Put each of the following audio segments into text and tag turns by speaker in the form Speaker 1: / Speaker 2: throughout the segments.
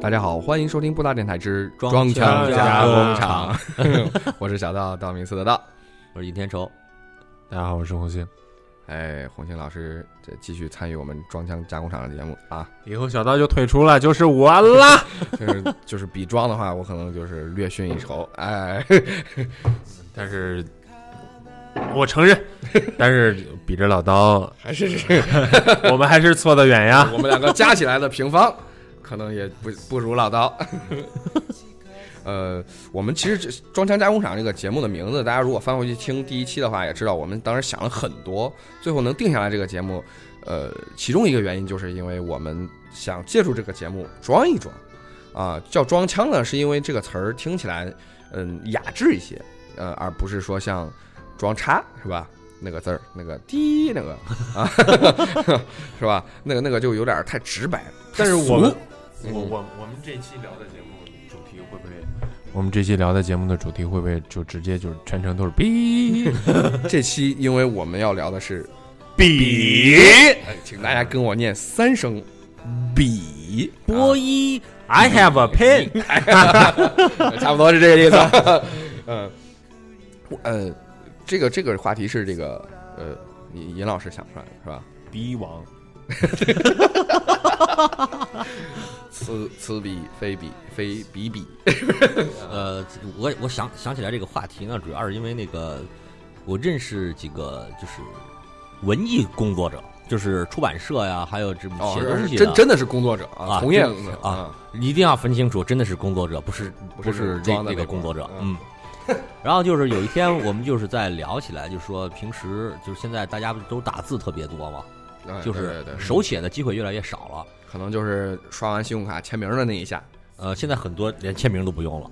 Speaker 1: 大家好，欢迎收听布达电台之
Speaker 2: 装
Speaker 1: 装
Speaker 2: 腔
Speaker 1: 腔
Speaker 2: 加
Speaker 1: 工
Speaker 2: 工
Speaker 1: 厂， 我是小道道明寺的道。
Speaker 2: 我是尹天仇，
Speaker 3: 大家好，我是红星。
Speaker 1: 哎，红星老师，这继续参与我们装腔加工厂的节目啊，
Speaker 3: 以后小道就退出了，就是我啦。
Speaker 1: 就是就是比装的话，我可能就是略逊一筹。哎，
Speaker 3: 但是，我承 认，但是比着老刀，
Speaker 1: 还是是
Speaker 3: 我们还是错得远呀。
Speaker 1: 我们两个加起来的平方，可能也不不如老刀。 呃，我们其实这“装腔加工厂”这个节目的名字，大家如果翻回去听第一期的话，也知道我们当时想了很多，最后能定下来这个节目，呃，其中一个原因就是因为我们想借助这个节目装一装，啊，叫装腔呢，是因为这个词儿听起来嗯雅致一些，呃，而不是说像装叉是吧？那个字儿，那个滴，那个啊， 是吧？那个那个就有点太直白了。
Speaker 3: 但是我们，
Speaker 1: 嗯
Speaker 3: 我我我们这期聊的节目主题会不会？我们这期聊的节目的主题会不会就直接就是全程都是哔
Speaker 1: 嗯这期因为我们要聊的是，
Speaker 3: 哔
Speaker 1: 哎，请大家跟我念三声
Speaker 3: 嗯比
Speaker 2: 波一，I have a pen，
Speaker 1: 差不多是这个意思。 嗯，我呃，这个这个话题是这个呃，尹尹老师想出来的是吧？
Speaker 3: 逼王？
Speaker 1: 此此彼非彼，非彼彼。
Speaker 2: 呃，我我想想起来这个话题呢，主要是因为那个我认识几个就是文艺工作者，就是出版社呀，还有这
Speaker 1: 哦
Speaker 2: 写，东
Speaker 1: 是
Speaker 2: 西
Speaker 1: 真
Speaker 2: 的，
Speaker 1: 真的是工作者啊，
Speaker 2: 啊
Speaker 1: 从业
Speaker 2: 真
Speaker 1: 者
Speaker 2: 啊，一定要分清楚，真的是工作者，不是
Speaker 1: 不是
Speaker 2: 是那
Speaker 1: 装的
Speaker 2: 那
Speaker 1: 那
Speaker 2: 个
Speaker 1: 种
Speaker 2: 工作者，
Speaker 1: 嗯
Speaker 2: 嗯。然后就是有一天我们就是在聊起来，就说平时就是现在大家不都打字特别多嘛，
Speaker 1: 哎
Speaker 2: 就
Speaker 1: 对
Speaker 2: 是
Speaker 1: 对对
Speaker 2: 手写的机会越来越少了。
Speaker 1: 可能就是刷完信用卡签名的那一下，
Speaker 2: 呃，现在很多连签名都不用了，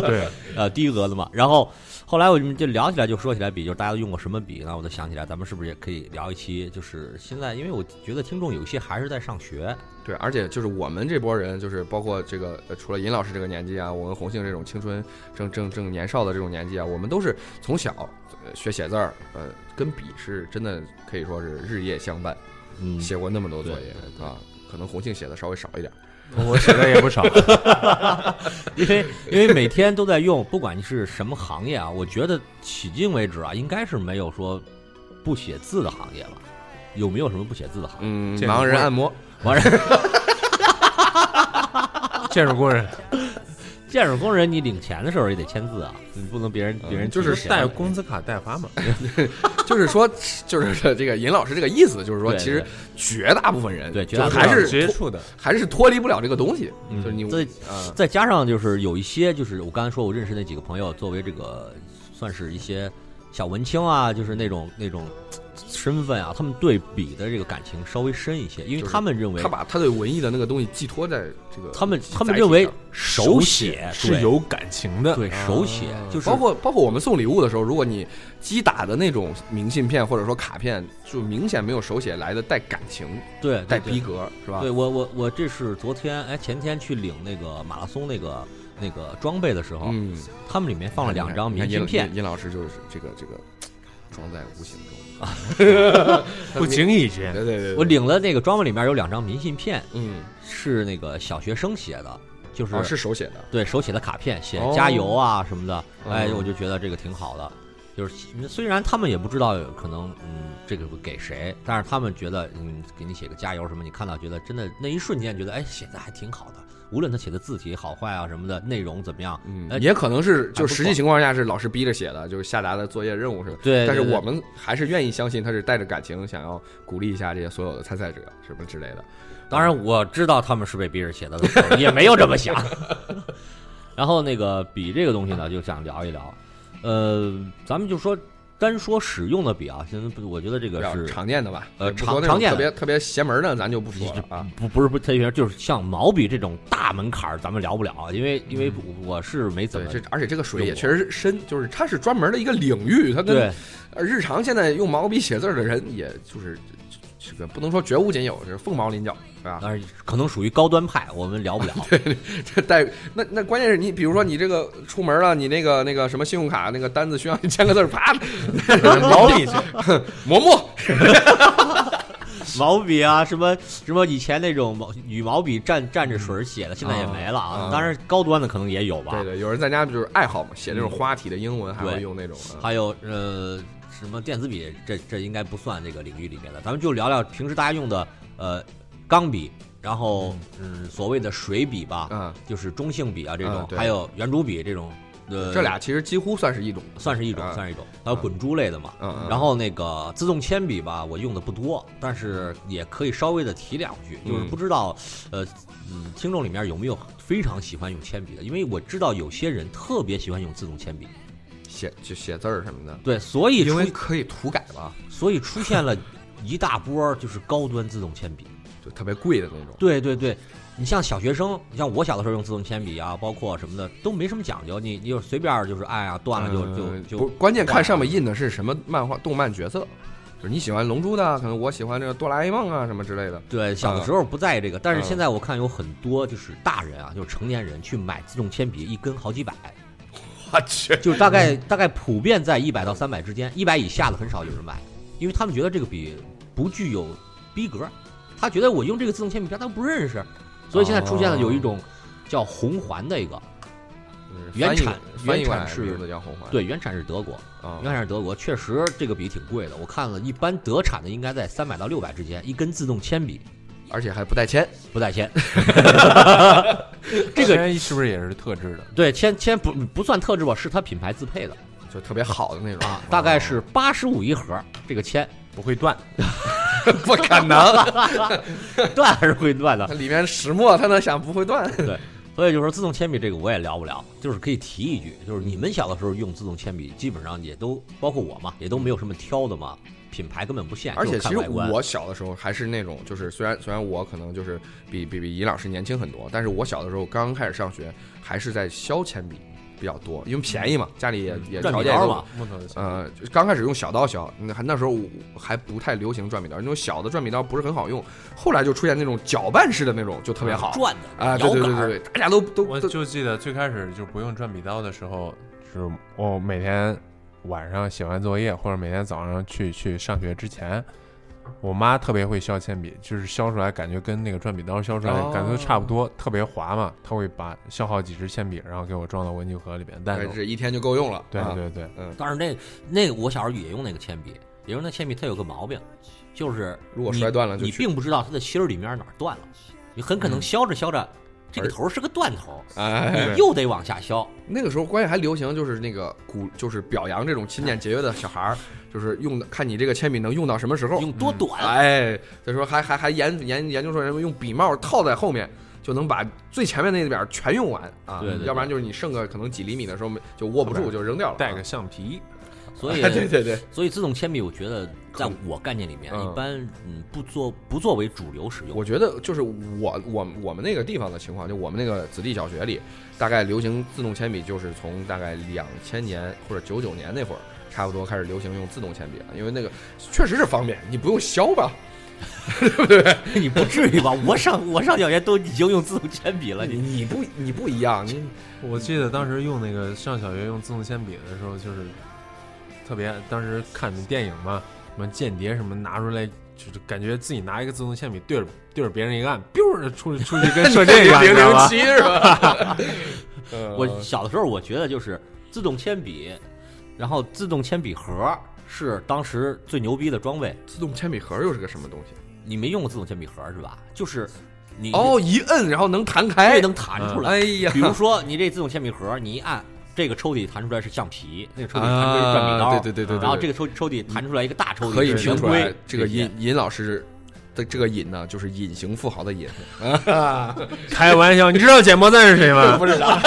Speaker 3: 对，
Speaker 2: 呃，低额的嘛。然后后来我们就聊起来，就说起来笔，就是大家都用过什么笔呢？我就想起来，咱们是不是也可以聊一期？就是现在，因为我觉得听众有些还是在上学，
Speaker 1: 对，而且就是我们这波人，就是包括这个，呃除了尹老师这个年纪啊，我跟红杏这种青春正正正年少的这种年纪啊，我们都是从小呃学写字儿，呃，跟笔是真的可以说是日夜相伴，
Speaker 2: 嗯，
Speaker 1: 写过那么多作
Speaker 2: 对
Speaker 1: 业
Speaker 2: 对对
Speaker 1: 啊。可能红杏写的稍微少一点，
Speaker 3: 我写的也不少。
Speaker 2: 因为因为每天都在用，不管你是什么行业啊，我觉得迄今为止啊，应该是没有说不写字的行业吧。有没有什么不写字的行业？
Speaker 1: 嗯，
Speaker 3: 见过
Speaker 1: 盲人按摩，
Speaker 2: 完事儿，
Speaker 3: 建筑工人
Speaker 2: 建筑工人你领钱的时候也得签字啊，你不能别人别人
Speaker 1: 嗯就是
Speaker 2: 提前
Speaker 3: 带工资卡代发嘛，
Speaker 1: 就是说，就是这个尹老师这个意思，就是说，
Speaker 2: 对
Speaker 1: 其实
Speaker 2: 对
Speaker 1: 绝大部分人
Speaker 2: 对
Speaker 1: 就
Speaker 2: 绝大部分
Speaker 1: 还是
Speaker 3: 接
Speaker 1: 脱
Speaker 3: 触的。
Speaker 1: 还是脱离不了这个东西，
Speaker 2: 嗯
Speaker 1: 就是你
Speaker 2: 对
Speaker 1: 啊，
Speaker 2: 再加上就是有一些，就是我刚才说我认识那几个朋友，作为这个算是一些小文青啊，就是那种那种身份啊，他们对笔的这个感情稍微深一些，因为
Speaker 1: 就是
Speaker 2: 他们认为
Speaker 1: 他把他对文艺的那个东西寄托在这个
Speaker 2: 他们他们
Speaker 1: 载体
Speaker 2: 认为
Speaker 1: 上
Speaker 2: 手写
Speaker 3: 是有感情的，
Speaker 2: 对对手写
Speaker 1: 啊
Speaker 2: 就是
Speaker 1: 包括包括我们送礼物的时候，如果你机打的那种明信片或者说卡片，就明显没有手写来的带感情、
Speaker 2: 对对
Speaker 1: 带
Speaker 2: 对
Speaker 1: 逼格，是吧？
Speaker 2: 对我我我这是昨天哎前天去领那个马拉松那个那个装备的时候，
Speaker 1: 嗯，
Speaker 2: 他们里面放了两张
Speaker 1: 你看
Speaker 2: 明信片
Speaker 1: 尹，尹尹老师就是这个这个装在无形中，
Speaker 3: 不经意间，
Speaker 1: 对对对，对
Speaker 2: 我领了那个装备里面有两张明信片
Speaker 1: 嗯，
Speaker 2: 是那个小学生写的，就是、
Speaker 1: 啊是手写的，
Speaker 2: 对手写的卡片，写
Speaker 1: 哦
Speaker 2: 加油啊什么的，哎，
Speaker 1: 嗯
Speaker 2: 我就觉得这个挺好的。就是虽然他们也不知道可能嗯这个给谁，但是他们觉得嗯给你写个加油什么，你看到觉得真的那一瞬间觉得哎写的还挺好的，无论他写的字体好坏啊什么的，内容怎么样，
Speaker 1: 嗯
Speaker 2: 哎，
Speaker 1: 也可能是
Speaker 2: 还
Speaker 1: 就
Speaker 2: 不
Speaker 1: 实际
Speaker 2: 错
Speaker 1: 情况下是老师逼着写的，就是下达的作业任务是吧。
Speaker 2: 对，
Speaker 1: 但是
Speaker 2: 对对
Speaker 1: 我们还是愿意相信他是带着感情，想要鼓励一下这些所有的参赛者什么之类的。
Speaker 2: 当然我知道他们是被逼着写的， 我也没有这么想。 然后那个笔这个东西呢，就想聊一聊，呃，咱们就说单说使用的笔啊，现在不我觉得这
Speaker 1: 比
Speaker 2: 个
Speaker 1: 较
Speaker 2: 是
Speaker 1: 常见的吧，
Speaker 2: 呃
Speaker 1: 也不说
Speaker 2: 常
Speaker 1: 那种
Speaker 2: 常见
Speaker 1: 特
Speaker 2: 的
Speaker 1: 别特别邪门的，咱就不说了啊。
Speaker 2: 不不是不特别，就是像毛笔这种大门槛儿，咱们聊不了，啊因为因为我是没怎
Speaker 1: 嗯对，
Speaker 2: 么
Speaker 1: 这而且这个水
Speaker 2: 用
Speaker 1: 也
Speaker 2: 过
Speaker 1: 确实深，就是它是专门的一个领域，它跟
Speaker 2: 对
Speaker 1: 呃日常现在用毛笔写字儿的人，也就是这个不能说绝无仅有，就是凤毛麟角，是吧？
Speaker 2: 但是可能属于高端派，我们聊不了。
Speaker 1: 这带那那关键是你，比如说你这个出门了，你那个那个什么信用卡那个单子需 要你签个字儿，啪，
Speaker 3: 毛笔
Speaker 1: 嬷嬷
Speaker 2: 毛笔啊，什么什么以前那种毛羽毛笔蘸蘸着水儿写的，现在也没了
Speaker 1: 啊
Speaker 2: 啊
Speaker 1: 啊。
Speaker 2: 当然高端的可能也有吧
Speaker 1: 嗯对。对，有人在家就是爱好嘛，写那种花体的英文，还会
Speaker 2: 嗯对
Speaker 1: 用那种啊
Speaker 2: 还有呃什么电子笔，这这应该不算这个领域里面的。咱们就聊聊平时大家用的呃钢笔，然后嗯所谓的水笔吧，
Speaker 1: 啊，
Speaker 2: 就是中性笔啊这
Speaker 1: 啊
Speaker 2: 种，
Speaker 1: 对
Speaker 2: 还有圆珠笔这种。呃，
Speaker 1: 这俩其实几乎算是一种，
Speaker 2: 算是一种
Speaker 1: 啊，
Speaker 2: 算是一种，还有滚珠类的嘛。
Speaker 1: 嗯嗯
Speaker 2: 然后那个自动铅笔吧，我用的不多，但是也可以稍微的提两句，就是
Speaker 1: 嗯
Speaker 2: 不知道，呃，嗯，听众里面有没有非常喜欢用铅笔的？因为我知道有些人特别喜欢用自动铅笔，
Speaker 1: 写就写字儿什么的，
Speaker 2: 对，所以
Speaker 1: 因为
Speaker 2: 出
Speaker 1: 可以涂改吧，
Speaker 2: 所以出现了一大波就是高端自动铅笔。
Speaker 1: 就特别贵的那种。
Speaker 2: 对对对，你像小学生，你像我小的时候用自动铅笔啊，包括什么的都没什么讲究，你你就随便儿就是哎呀断了就就
Speaker 1: 嗯
Speaker 2: 就
Speaker 1: 不，关键
Speaker 2: 换
Speaker 1: 看
Speaker 2: 了
Speaker 1: 上面印的是什么漫画、动漫角色，就是你喜欢龙珠的，可能我喜欢这个哆啦 A 梦啊什么之类的。
Speaker 2: 对，小的时候不在意这个，但是
Speaker 1: 嗯
Speaker 2: 现在我看有很多就是大人啊，就是成年人去买自动铅笔，一根好几百，
Speaker 1: 我去，
Speaker 2: 就是大概大概普遍在一百到三百之间，一百以下的很少有人买，因为他们觉得这个笔不具有逼格，他觉得我用这个自动铅笔片他不认识，所以现在出现了有一种叫红环的一个，嗯原产
Speaker 1: 翻译
Speaker 2: 原
Speaker 1: 过
Speaker 2: 产
Speaker 1: 来
Speaker 2: 是
Speaker 1: 名字叫红环。
Speaker 2: 对，原产是德国，
Speaker 1: 啊
Speaker 2: 原产是德国，确实这个笔挺贵的，我看了一般德产的应该在三百到六百之间，一根自动铅笔
Speaker 1: 而且还不带铅。
Speaker 2: 不带铅。
Speaker 3: 这个是不是也是特制的？
Speaker 2: 对，铅铅不不算特制吧，是它品牌自配的
Speaker 1: 就特别好的那种
Speaker 2: 啊，大概是八十五一盒。这个铅
Speaker 3: 不会断，
Speaker 1: 不可能，
Speaker 2: 断还是会断
Speaker 1: 它
Speaker 2: 的，
Speaker 1: 里面石墨，它能想不会 断？
Speaker 2: 对。所以就是说，自动铅笔这个我也聊不了，就是可以提一句，就是你们小的时候用自动铅笔，基本上也都包括我嘛，也都没有什么挑的嘛，品牌根本不限，
Speaker 1: 而且
Speaker 2: 就是
Speaker 1: 其
Speaker 2: 看
Speaker 1: 实
Speaker 2: 外观
Speaker 1: 我小的时候还是那种，就是虽然虽然我可能就是比比比尹老师年轻很多，但是我小的时候刚刚开始上学，还是在削铅笔比较多，因为便宜嘛，家里也也
Speaker 2: 转
Speaker 1: 条
Speaker 2: 笔
Speaker 1: 件也
Speaker 2: 刀
Speaker 1: 都
Speaker 2: 嘛，
Speaker 3: 木头的。
Speaker 1: 呃，就刚开始用小刀削，嗯那还那时候我还不太流行转笔刀，那种小的转笔刀不是很好用。后来就出现那种搅拌式的那种，就特别好
Speaker 2: 嗯转的
Speaker 1: 啊！对对对对对，
Speaker 2: 对，
Speaker 1: 大家都都
Speaker 3: 我
Speaker 1: 都
Speaker 3: 就记得最开始就不用转笔刀的时候，是我每天晚上写完作业，或者每天早上去去上学之前，我妈特别会削铅笔，就是削出来感觉跟那个转笔刀削出来
Speaker 1: 哦
Speaker 3: 感觉都差不多，特别滑嘛。她会把削好几支铅笔，然后给我装到文具盒里边带
Speaker 1: 哎
Speaker 3: 走。
Speaker 1: 这一天就够用了。
Speaker 3: 对
Speaker 1: 啊
Speaker 3: 对对，
Speaker 2: 但是那那个我小时候也用那个铅笔，也用那铅笔，它有个毛病，就是
Speaker 1: 如果
Speaker 2: 你
Speaker 1: 摔断了就
Speaker 2: 你
Speaker 1: 去嗯
Speaker 2: 并不知道它的芯儿里面哪儿断了，你很可能削着削着，这个头儿是个断头，
Speaker 1: 哎，
Speaker 2: 你又得往下削。
Speaker 1: 那个时候关键还流行就是那个鼓，就是表扬这种勤俭节约的小孩儿，就是用的看你这个铅笔能用到什么时候。
Speaker 2: 用多短，啊
Speaker 1: 哎，再说还还还研研研究出来什么用笔帽套在后面，就能把最前面那点儿全用完啊。
Speaker 2: 对对对
Speaker 1: 要不然就是你剩个可能几厘米的时候没就握不
Speaker 3: 要不
Speaker 1: 住，
Speaker 3: 然
Speaker 1: 就扔掉了。
Speaker 3: 带个
Speaker 1: 啊
Speaker 3: 橡皮，
Speaker 2: 所以
Speaker 1: 哎对对对，
Speaker 2: 所以自动铅笔，我觉得在我概念里面，
Speaker 1: 嗯
Speaker 2: 一般嗯不作不作为主流使用
Speaker 1: 我。觉得就是我我我们那个地方的情况，就我们那个子弟小学里，大概流行自动铅笔，就是从大概两千年或者九九年那会儿，差不多开始流行用自动铅笔了，因为那个确实是方便，你不用削吧，
Speaker 2: 你不至于吧？我上我上小学都已经用自动铅笔了，
Speaker 1: 你
Speaker 2: 你
Speaker 1: 你不你不一样， 你
Speaker 3: 我记得当时用那个上小学用自动铅笔的时候，就是特别当时看的电影嘛，什么间谍什么拿出来，就是感觉自己拿一个自动铅笔对着对着别人一按，biu 出去出去跟射箭一样，你
Speaker 1: 零
Speaker 3: 知道
Speaker 1: 零
Speaker 3: 吧？
Speaker 1: 七是吧？ 呃
Speaker 2: 我小的时候我觉得就是自动铅笔，然后自动铅笔盒是当时最牛逼的装备。
Speaker 1: 自动铅笔盒又是个什么东西？
Speaker 2: 你没用过自动铅笔盒是吧？就是你
Speaker 1: 哦，，一摁然后能弹
Speaker 2: 哎，
Speaker 1: 开，
Speaker 2: 能弹出来。
Speaker 1: 哎呀
Speaker 2: 比， 如说你这自动铅笔盒，你一按，这个抽屉弹出来是橡皮，那个抽屉弹出来是转笔刀，
Speaker 1: 啊对对对对对
Speaker 2: 然后这个抽抽屉弹出来一个大抽屉，
Speaker 1: 可以
Speaker 2: 是
Speaker 1: 听
Speaker 2: 圆
Speaker 1: 出
Speaker 2: 规
Speaker 1: 来，这个
Speaker 2: 些
Speaker 1: 尹 尹老师的这个尹呢，就是隐形富豪的 尹。
Speaker 3: 开玩笑，你知道简伯赞是谁吗？
Speaker 1: 不知道，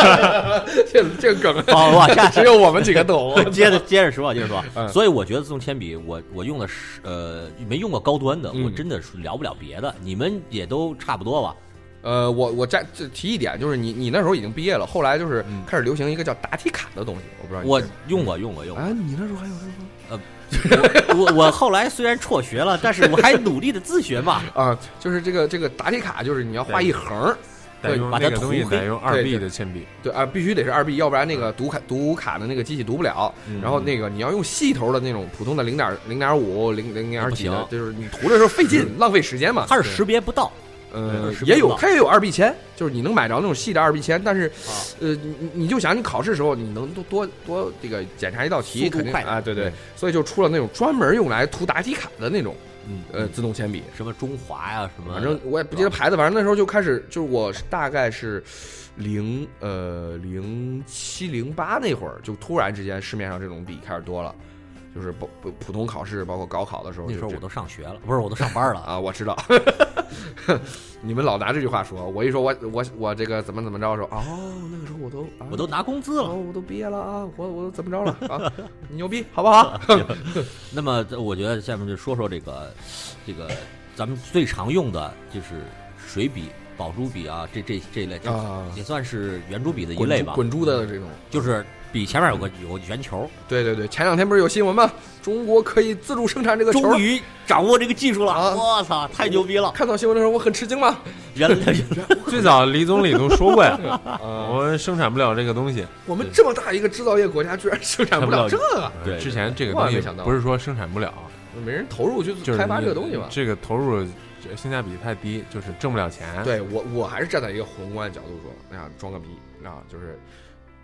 Speaker 1: 这这个梗啊
Speaker 2: 好，往下
Speaker 1: 只有我们几个懂。
Speaker 2: 接着接着说，啊接着
Speaker 1: 嗯
Speaker 2: 说。 所以我觉得自动铅笔，我我用的是呃没用过高端的，
Speaker 1: 嗯
Speaker 2: 我真的是聊不了别的。你们也都差不多吧？
Speaker 1: 呃，我我再这提一点，就是你你那时候已经毕业了，后来就是开始流行一个叫答题卡的东西，嗯我不知道你
Speaker 2: 我
Speaker 1: 知
Speaker 2: 用过用过用
Speaker 1: 道
Speaker 2: 过。
Speaker 1: 啊，你那时候还有这个
Speaker 2: 我我我后来虽然辍学 了，但是我还努力的自学嘛。
Speaker 1: 啊，就是这个这个答题卡，就是你要画一横儿，
Speaker 3: 得用
Speaker 2: 把它
Speaker 3: 那个东
Speaker 2: 涂
Speaker 3: 西
Speaker 2: 黑
Speaker 3: 得用二
Speaker 1: 对
Speaker 3: B
Speaker 1: 对
Speaker 3: 的铅笔，
Speaker 1: 对啊，必须得是二 B，要不然那
Speaker 2: 嗯
Speaker 1: 个读卡读卡的那个机器读不了。
Speaker 3: 嗯
Speaker 1: 然后那个你要用细头的那种普通的零点零点五、零零点几
Speaker 2: 哎不
Speaker 1: 的
Speaker 2: 行，
Speaker 1: 就是你涂的时候费劲，浪费时间嘛。
Speaker 2: 它是识别不到，
Speaker 1: 呃，
Speaker 2: 是
Speaker 1: 也
Speaker 2: 不知
Speaker 1: 有
Speaker 2: 道
Speaker 1: 它也有二 B 铅，就是你能买着那种细的二 B 铅，但是
Speaker 2: 啊，
Speaker 1: 呃，你你你就想你考试的时候你能多多多这个检查一道题，
Speaker 2: 速度
Speaker 1: 肯定
Speaker 2: 快
Speaker 1: 啊，对对
Speaker 2: 嗯，
Speaker 1: 所以就出了那种专门用来涂答题卡的那种
Speaker 2: 嗯
Speaker 1: 呃自动铅笔。
Speaker 2: 什么中华呀，什么
Speaker 1: 反正我也不记得牌子，反正那时候就开始，就是我是大概是零呃零七零八那会儿，就突然之间市面上这种笔开始多了，就是不不普通考试，包括高考的时候就
Speaker 2: 那
Speaker 1: 这，
Speaker 2: 时候我都上学了，不是我都上 班了，
Speaker 1: 啊，我知道，你们老拿这句话说，我一说我我我这个怎么怎么着说，哦，那个时候我都、啊、
Speaker 2: 我都拿工资
Speaker 1: 哦
Speaker 2: 了。
Speaker 1: 我都毕业了啊，我我都怎么 着了啊，你牛逼好不好？
Speaker 2: 那么这我觉得下面就说说这个这个咱们最常用的就是水笔、宝珠笔啊，这这这一类
Speaker 1: 啊
Speaker 2: 也算是圆珠笔的一
Speaker 1: 滚
Speaker 2: 类
Speaker 1: 珠
Speaker 2: 吧，
Speaker 1: 滚珠的这种。
Speaker 2: 就是笔前面有个有个圆球，
Speaker 1: 对对对，前两天不是有新闻吗？中国可以自主生产这个球
Speaker 2: 终
Speaker 1: 儿。
Speaker 2: 于掌握这个技术
Speaker 1: 啊
Speaker 2: 了，我操，太牛 逼了！
Speaker 1: 看到新闻的时候，我很吃惊吗？
Speaker 2: 原来原 来
Speaker 3: 最早李总理都说过呀，
Speaker 1: 啊，
Speaker 3: 我们生产不了这个东西。
Speaker 1: 我们这么大一个制造业国家，居然生产不了这个，
Speaker 2: 对
Speaker 3: 之前这个
Speaker 1: 万
Speaker 3: 东
Speaker 1: 万
Speaker 3: 西
Speaker 1: 没想到
Speaker 3: 不是说生产不了，
Speaker 1: 没人投入去
Speaker 3: 就是
Speaker 1: 开发这个
Speaker 3: 你
Speaker 1: 东西吧？
Speaker 3: 这个投入这性价比太低，就是挣不了钱。，
Speaker 1: 对我，我还是站在一个宏观角度说，那样装个逼啊，就是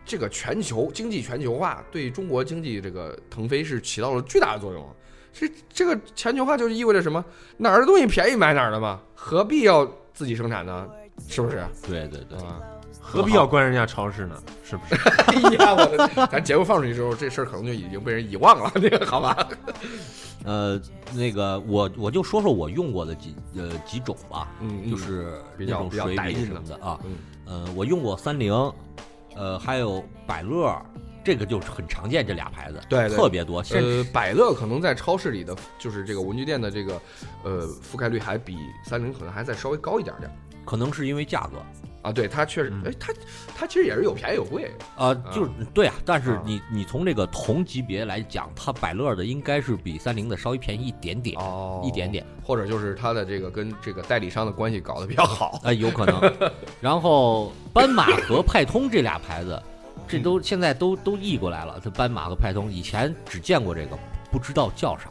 Speaker 1: 这个全球经济全球化对中国经济这个腾飞是起到了巨大的作用。这这个全球化就意味着什么？哪儿的东西便宜买哪儿的嘛，何必要自己生产呢？是不是？啊，
Speaker 2: 对对对，
Speaker 3: 何必要关人家超市呢？是不是？
Speaker 1: 哎呀，我的，咱节目放出去之后，这事儿可能就已经被人遗忘了，这 个好吧？
Speaker 2: 呃，那个我我就说说我用过的几呃几种吧，
Speaker 1: 嗯
Speaker 2: 就是
Speaker 1: 比
Speaker 2: 那
Speaker 1: 较
Speaker 2: 种
Speaker 1: 比较
Speaker 2: 水
Speaker 1: 带
Speaker 2: 笔
Speaker 1: 劲
Speaker 2: 什
Speaker 1: 的
Speaker 2: 么的啊，
Speaker 1: 嗯
Speaker 2: 呃，我用过三菱，呃，还有百乐，这个就是很常见这俩牌子，
Speaker 1: 对对
Speaker 2: 特别多，甚至
Speaker 1: 呃，百乐可能在超市里的，就是这个文具店的这个，呃，覆盖率还比三菱可能还再稍微高一点点儿
Speaker 2: 可能是因为价格，
Speaker 1: 啊。对，它确实，
Speaker 3: 嗯
Speaker 1: 哎，它它其实也是有便宜有贵，
Speaker 2: 呃，就是对啊，但是
Speaker 1: 啊
Speaker 2: 你你从这个同级别来讲，它百乐的应该是比三菱的稍微便宜一点点，
Speaker 1: 哦
Speaker 2: 一点点，
Speaker 1: 或者就是它的这个跟这个代理商的关系搞得比较好。
Speaker 2: 呃，有 可能。然后斑马和派通这俩牌子，这都
Speaker 1: 嗯
Speaker 2: 现在都都译过来了。这斑马和派通以前只见过这个，不知道叫啥。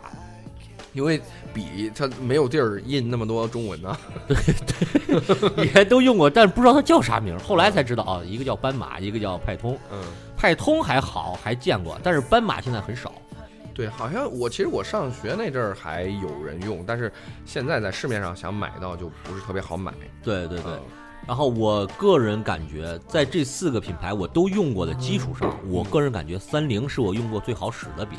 Speaker 1: 因为笔它没有地儿印那么多中文呢，
Speaker 2: 以前都用过，但是不知道它叫啥名儿。后来才知道啊、一个叫斑马，一个叫派通。
Speaker 1: 嗯，
Speaker 2: 派通还好，还见过，但是斑马现在很少。
Speaker 1: 对，好像我其实我上学那阵儿还有人用，但是现在在市面上想买到就不是特别好买。
Speaker 2: 对对对
Speaker 1: 嗯。
Speaker 2: 然后我个人感觉，在这四个品牌我都用过的基础上，我个人感觉三菱是我用过最好使的笔。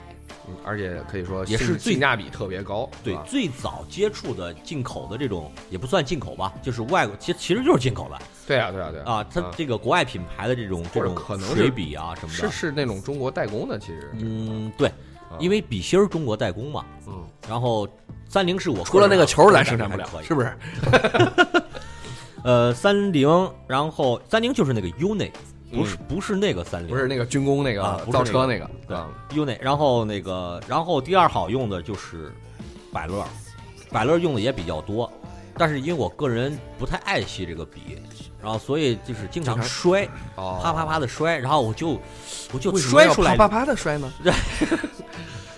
Speaker 1: 嗯而且可以说
Speaker 2: 也是
Speaker 1: 性
Speaker 2: 最
Speaker 1: 性价比特别高，啊
Speaker 2: 对
Speaker 1: 是，吧
Speaker 2: 最早接触的进口的这种也不算进口吧，就是外国，其实其实就是进口的
Speaker 1: 对啊，对啊，对啊，
Speaker 2: 啊。它这个国外品牌的这种这
Speaker 1: 者
Speaker 2: 种
Speaker 1: 可能是
Speaker 2: 水笔啊什么
Speaker 1: 是
Speaker 2: 的，
Speaker 1: 是那种中国代工的，其实，
Speaker 2: 嗯，对
Speaker 1: 啊，
Speaker 2: 因为笔芯儿中国代工嘛。
Speaker 1: 嗯，
Speaker 2: 然后三菱是我啊
Speaker 1: 除了那个球儿咱生产不了
Speaker 2: 可，以
Speaker 1: 是不是？
Speaker 2: 呃，三菱，然后三菱就是那个 UNI，不是不是那个三菱，
Speaker 1: 嗯不是那个军工那个、
Speaker 2: 啊不是
Speaker 1: 造
Speaker 2: 那个
Speaker 1: 车那个，
Speaker 2: 对
Speaker 1: 啊
Speaker 2: UNI，然后那个然后第二好用的就是百乐，百乐用的也比较多。但是因为我个人不太爱惜这个笔，然后所以就是经常
Speaker 1: 经常
Speaker 2: 摔，
Speaker 1: 哦，
Speaker 2: 啪啪啪的摔，然后我就我就
Speaker 1: 为什么
Speaker 2: 摔
Speaker 1: 要
Speaker 2: 出来
Speaker 1: 啪啪啪的摔呢？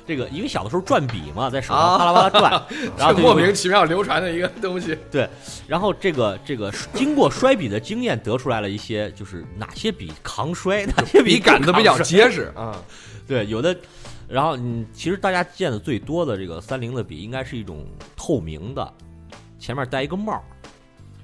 Speaker 2: 这个，因为小的时候转笔嘛，在手
Speaker 1: 啊
Speaker 2: 上啪啦啪啦转， 然后
Speaker 1: 这
Speaker 2: 就
Speaker 1: 莫名其妙流传的一个东 西，
Speaker 2: 对，然后这个这个经过摔笔的经验得出来了一些，就是哪些笔扛摔，哪些
Speaker 1: 笔
Speaker 2: 笔
Speaker 1: 杆子比较
Speaker 2: 不扛摔嗯
Speaker 1: 结实啊，
Speaker 2: 对，有的。然后嗯，其实大家见的最多的这个三菱的笔，应该是一种透明的，前面戴一个帽儿，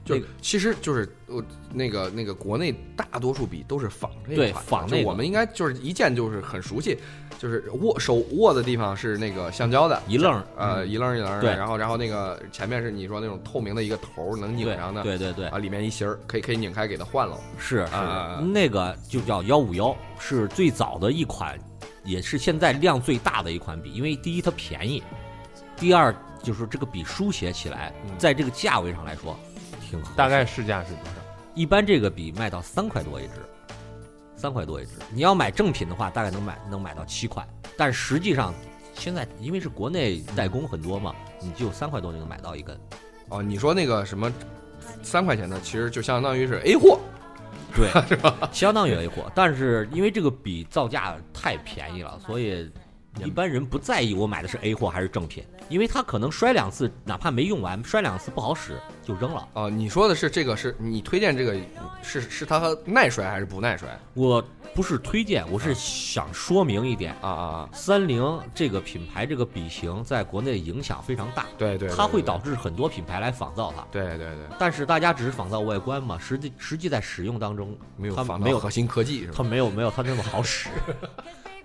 Speaker 1: 就
Speaker 2: 那
Speaker 1: 是
Speaker 2: 个
Speaker 1: 其实就是我那个那个国内大多数笔都是仿这一
Speaker 2: 对
Speaker 1: 款的
Speaker 2: 仿
Speaker 1: 就
Speaker 2: 那个
Speaker 1: 我们应该就是一见就是很熟悉，就是握手握的地方是那个橡胶的
Speaker 2: 一愣儿嗯
Speaker 1: 呃，一愣儿一愣儿的，
Speaker 2: 对
Speaker 1: 然后然后那个前面是你说那种透明的一个头儿能拧
Speaker 2: 对
Speaker 1: 上的，
Speaker 2: 对对对，
Speaker 1: 啊，里面一芯儿可以可以拧开给它换了，
Speaker 2: 是
Speaker 1: 啊啊啊
Speaker 2: 是，那个就叫幺五幺，是最早的一款，也是现在量最大的一款笔。因为第一它便宜，第二就是这个笔书写起来，
Speaker 1: 嗯
Speaker 2: 在这个价位上来说，挺合适
Speaker 3: 大概市价是多少？
Speaker 2: 一般这个笔卖到三块多一支，三块多一支。你要买正品的话，大概能买能买到七块，但实际上现在因为是国内代工很多嘛，你只有三块多就能买到一根。
Speaker 1: 哦，你说那个什么三块钱的，其实就相当于是 A 货，
Speaker 2: 对，相当于 A 货。但是因为这个笔造价太便宜了，所以一般人不在意我买的是 A 货还是正品，因为它可能摔两次，哪怕没用完，摔两次不好使就扔了。
Speaker 1: 哦，你说的是这个是你推荐这个是是它耐摔还是不耐摔
Speaker 2: 我不是推荐，我是想说明一点，
Speaker 1: 啊啊啊？
Speaker 2: 三菱这个品牌这个笔型在国内影响非常大，
Speaker 1: 对对，对
Speaker 2: 它
Speaker 1: 对
Speaker 2: 会导致很多品牌来仿造它。
Speaker 1: 对对对，
Speaker 2: 但是大家只是仿造外观嘛，实际实际在使用当中，
Speaker 1: 没有
Speaker 2: 它
Speaker 1: 防
Speaker 2: 没
Speaker 1: 到
Speaker 2: 有
Speaker 1: 核心科技是吧？
Speaker 2: 它没有没有它那么好使。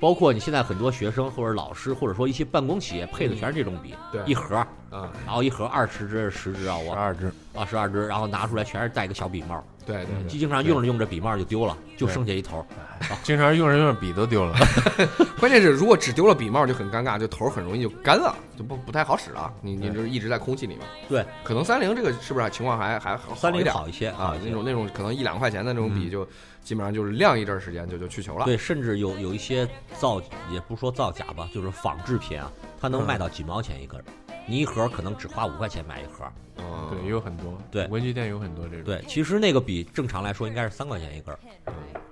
Speaker 2: 包括你现在很多学生或者老师，或者说一些办公企业配的全是这种笔，
Speaker 1: 对
Speaker 2: 一盒，
Speaker 1: 啊，
Speaker 2: 然后一盒二十支、十支啊，
Speaker 3: 十
Speaker 2: 我
Speaker 3: 二只，
Speaker 2: 啊十二支，然后拿出来全是带一个小笔帽，
Speaker 1: 对对
Speaker 2: 经常用着用着笔帽就丢了，就剩下一头。
Speaker 3: 啊经常用着用着笔都 丢了。
Speaker 1: 对，关键是如果只丢了笔帽就很尴尬，就头很容易就干了，就不不太好使了。你你
Speaker 2: 对
Speaker 1: 就是一直在空气里面，
Speaker 2: 对，
Speaker 1: 可能三菱这个是不是情况还还好
Speaker 2: 三
Speaker 1: 一
Speaker 2: 菱
Speaker 1: 点
Speaker 2: 好一些
Speaker 1: 啊
Speaker 2: 好？一
Speaker 1: 那
Speaker 2: 些
Speaker 1: 种那种可能一两块钱的那种笔就基本上就是晾一阵儿时间就就去球了。
Speaker 2: 对，甚至有有一些造，也不说造假吧，就是仿制品啊，它
Speaker 1: 嗯
Speaker 2: 能卖到几毛钱一根儿，你一盒可能只花五块钱买一盒。
Speaker 1: 嗯，
Speaker 3: 对，也有很多，
Speaker 2: 对
Speaker 3: 文具店有很多这种。
Speaker 2: 对，其实那个笔正常来说应该是三块钱一根儿，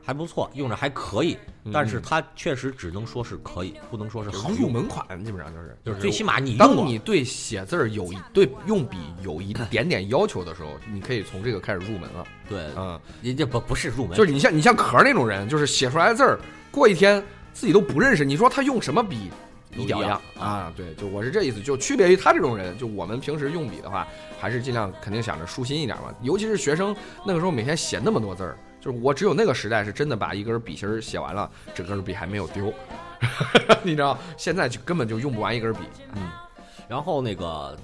Speaker 2: 还不错，用着还可以，但是它确实只能说是可以，不能说是好
Speaker 1: 嗯好入
Speaker 2: 用。
Speaker 1: 门款基本上就是
Speaker 2: 就是最起码你用啊
Speaker 1: 当
Speaker 2: 过
Speaker 1: 你对写字儿有一对用笔有一点点要求的时候，你可以从这个开始入门了。
Speaker 2: 对，
Speaker 1: 嗯，
Speaker 2: 人家不不是入门，
Speaker 1: 就是你像你像壳儿那种人，就是写出来的字儿，过一天自己都不认识，你说他用什么笔？
Speaker 2: 都
Speaker 1: 一点儿
Speaker 2: 一
Speaker 1: 一
Speaker 2: 样
Speaker 1: 样啊，对，就我是这意思，就区别于他这种人，就我们平时用笔的话，还是尽量肯定想着舒心一点嘛。尤其是学生那个时候每天写那么多字儿，就是我只有那个时代是真的把一根笔芯儿写完了，整根笔还没有丢， 你知道，现在就根本就用不完一根笔。
Speaker 2: 嗯然后那个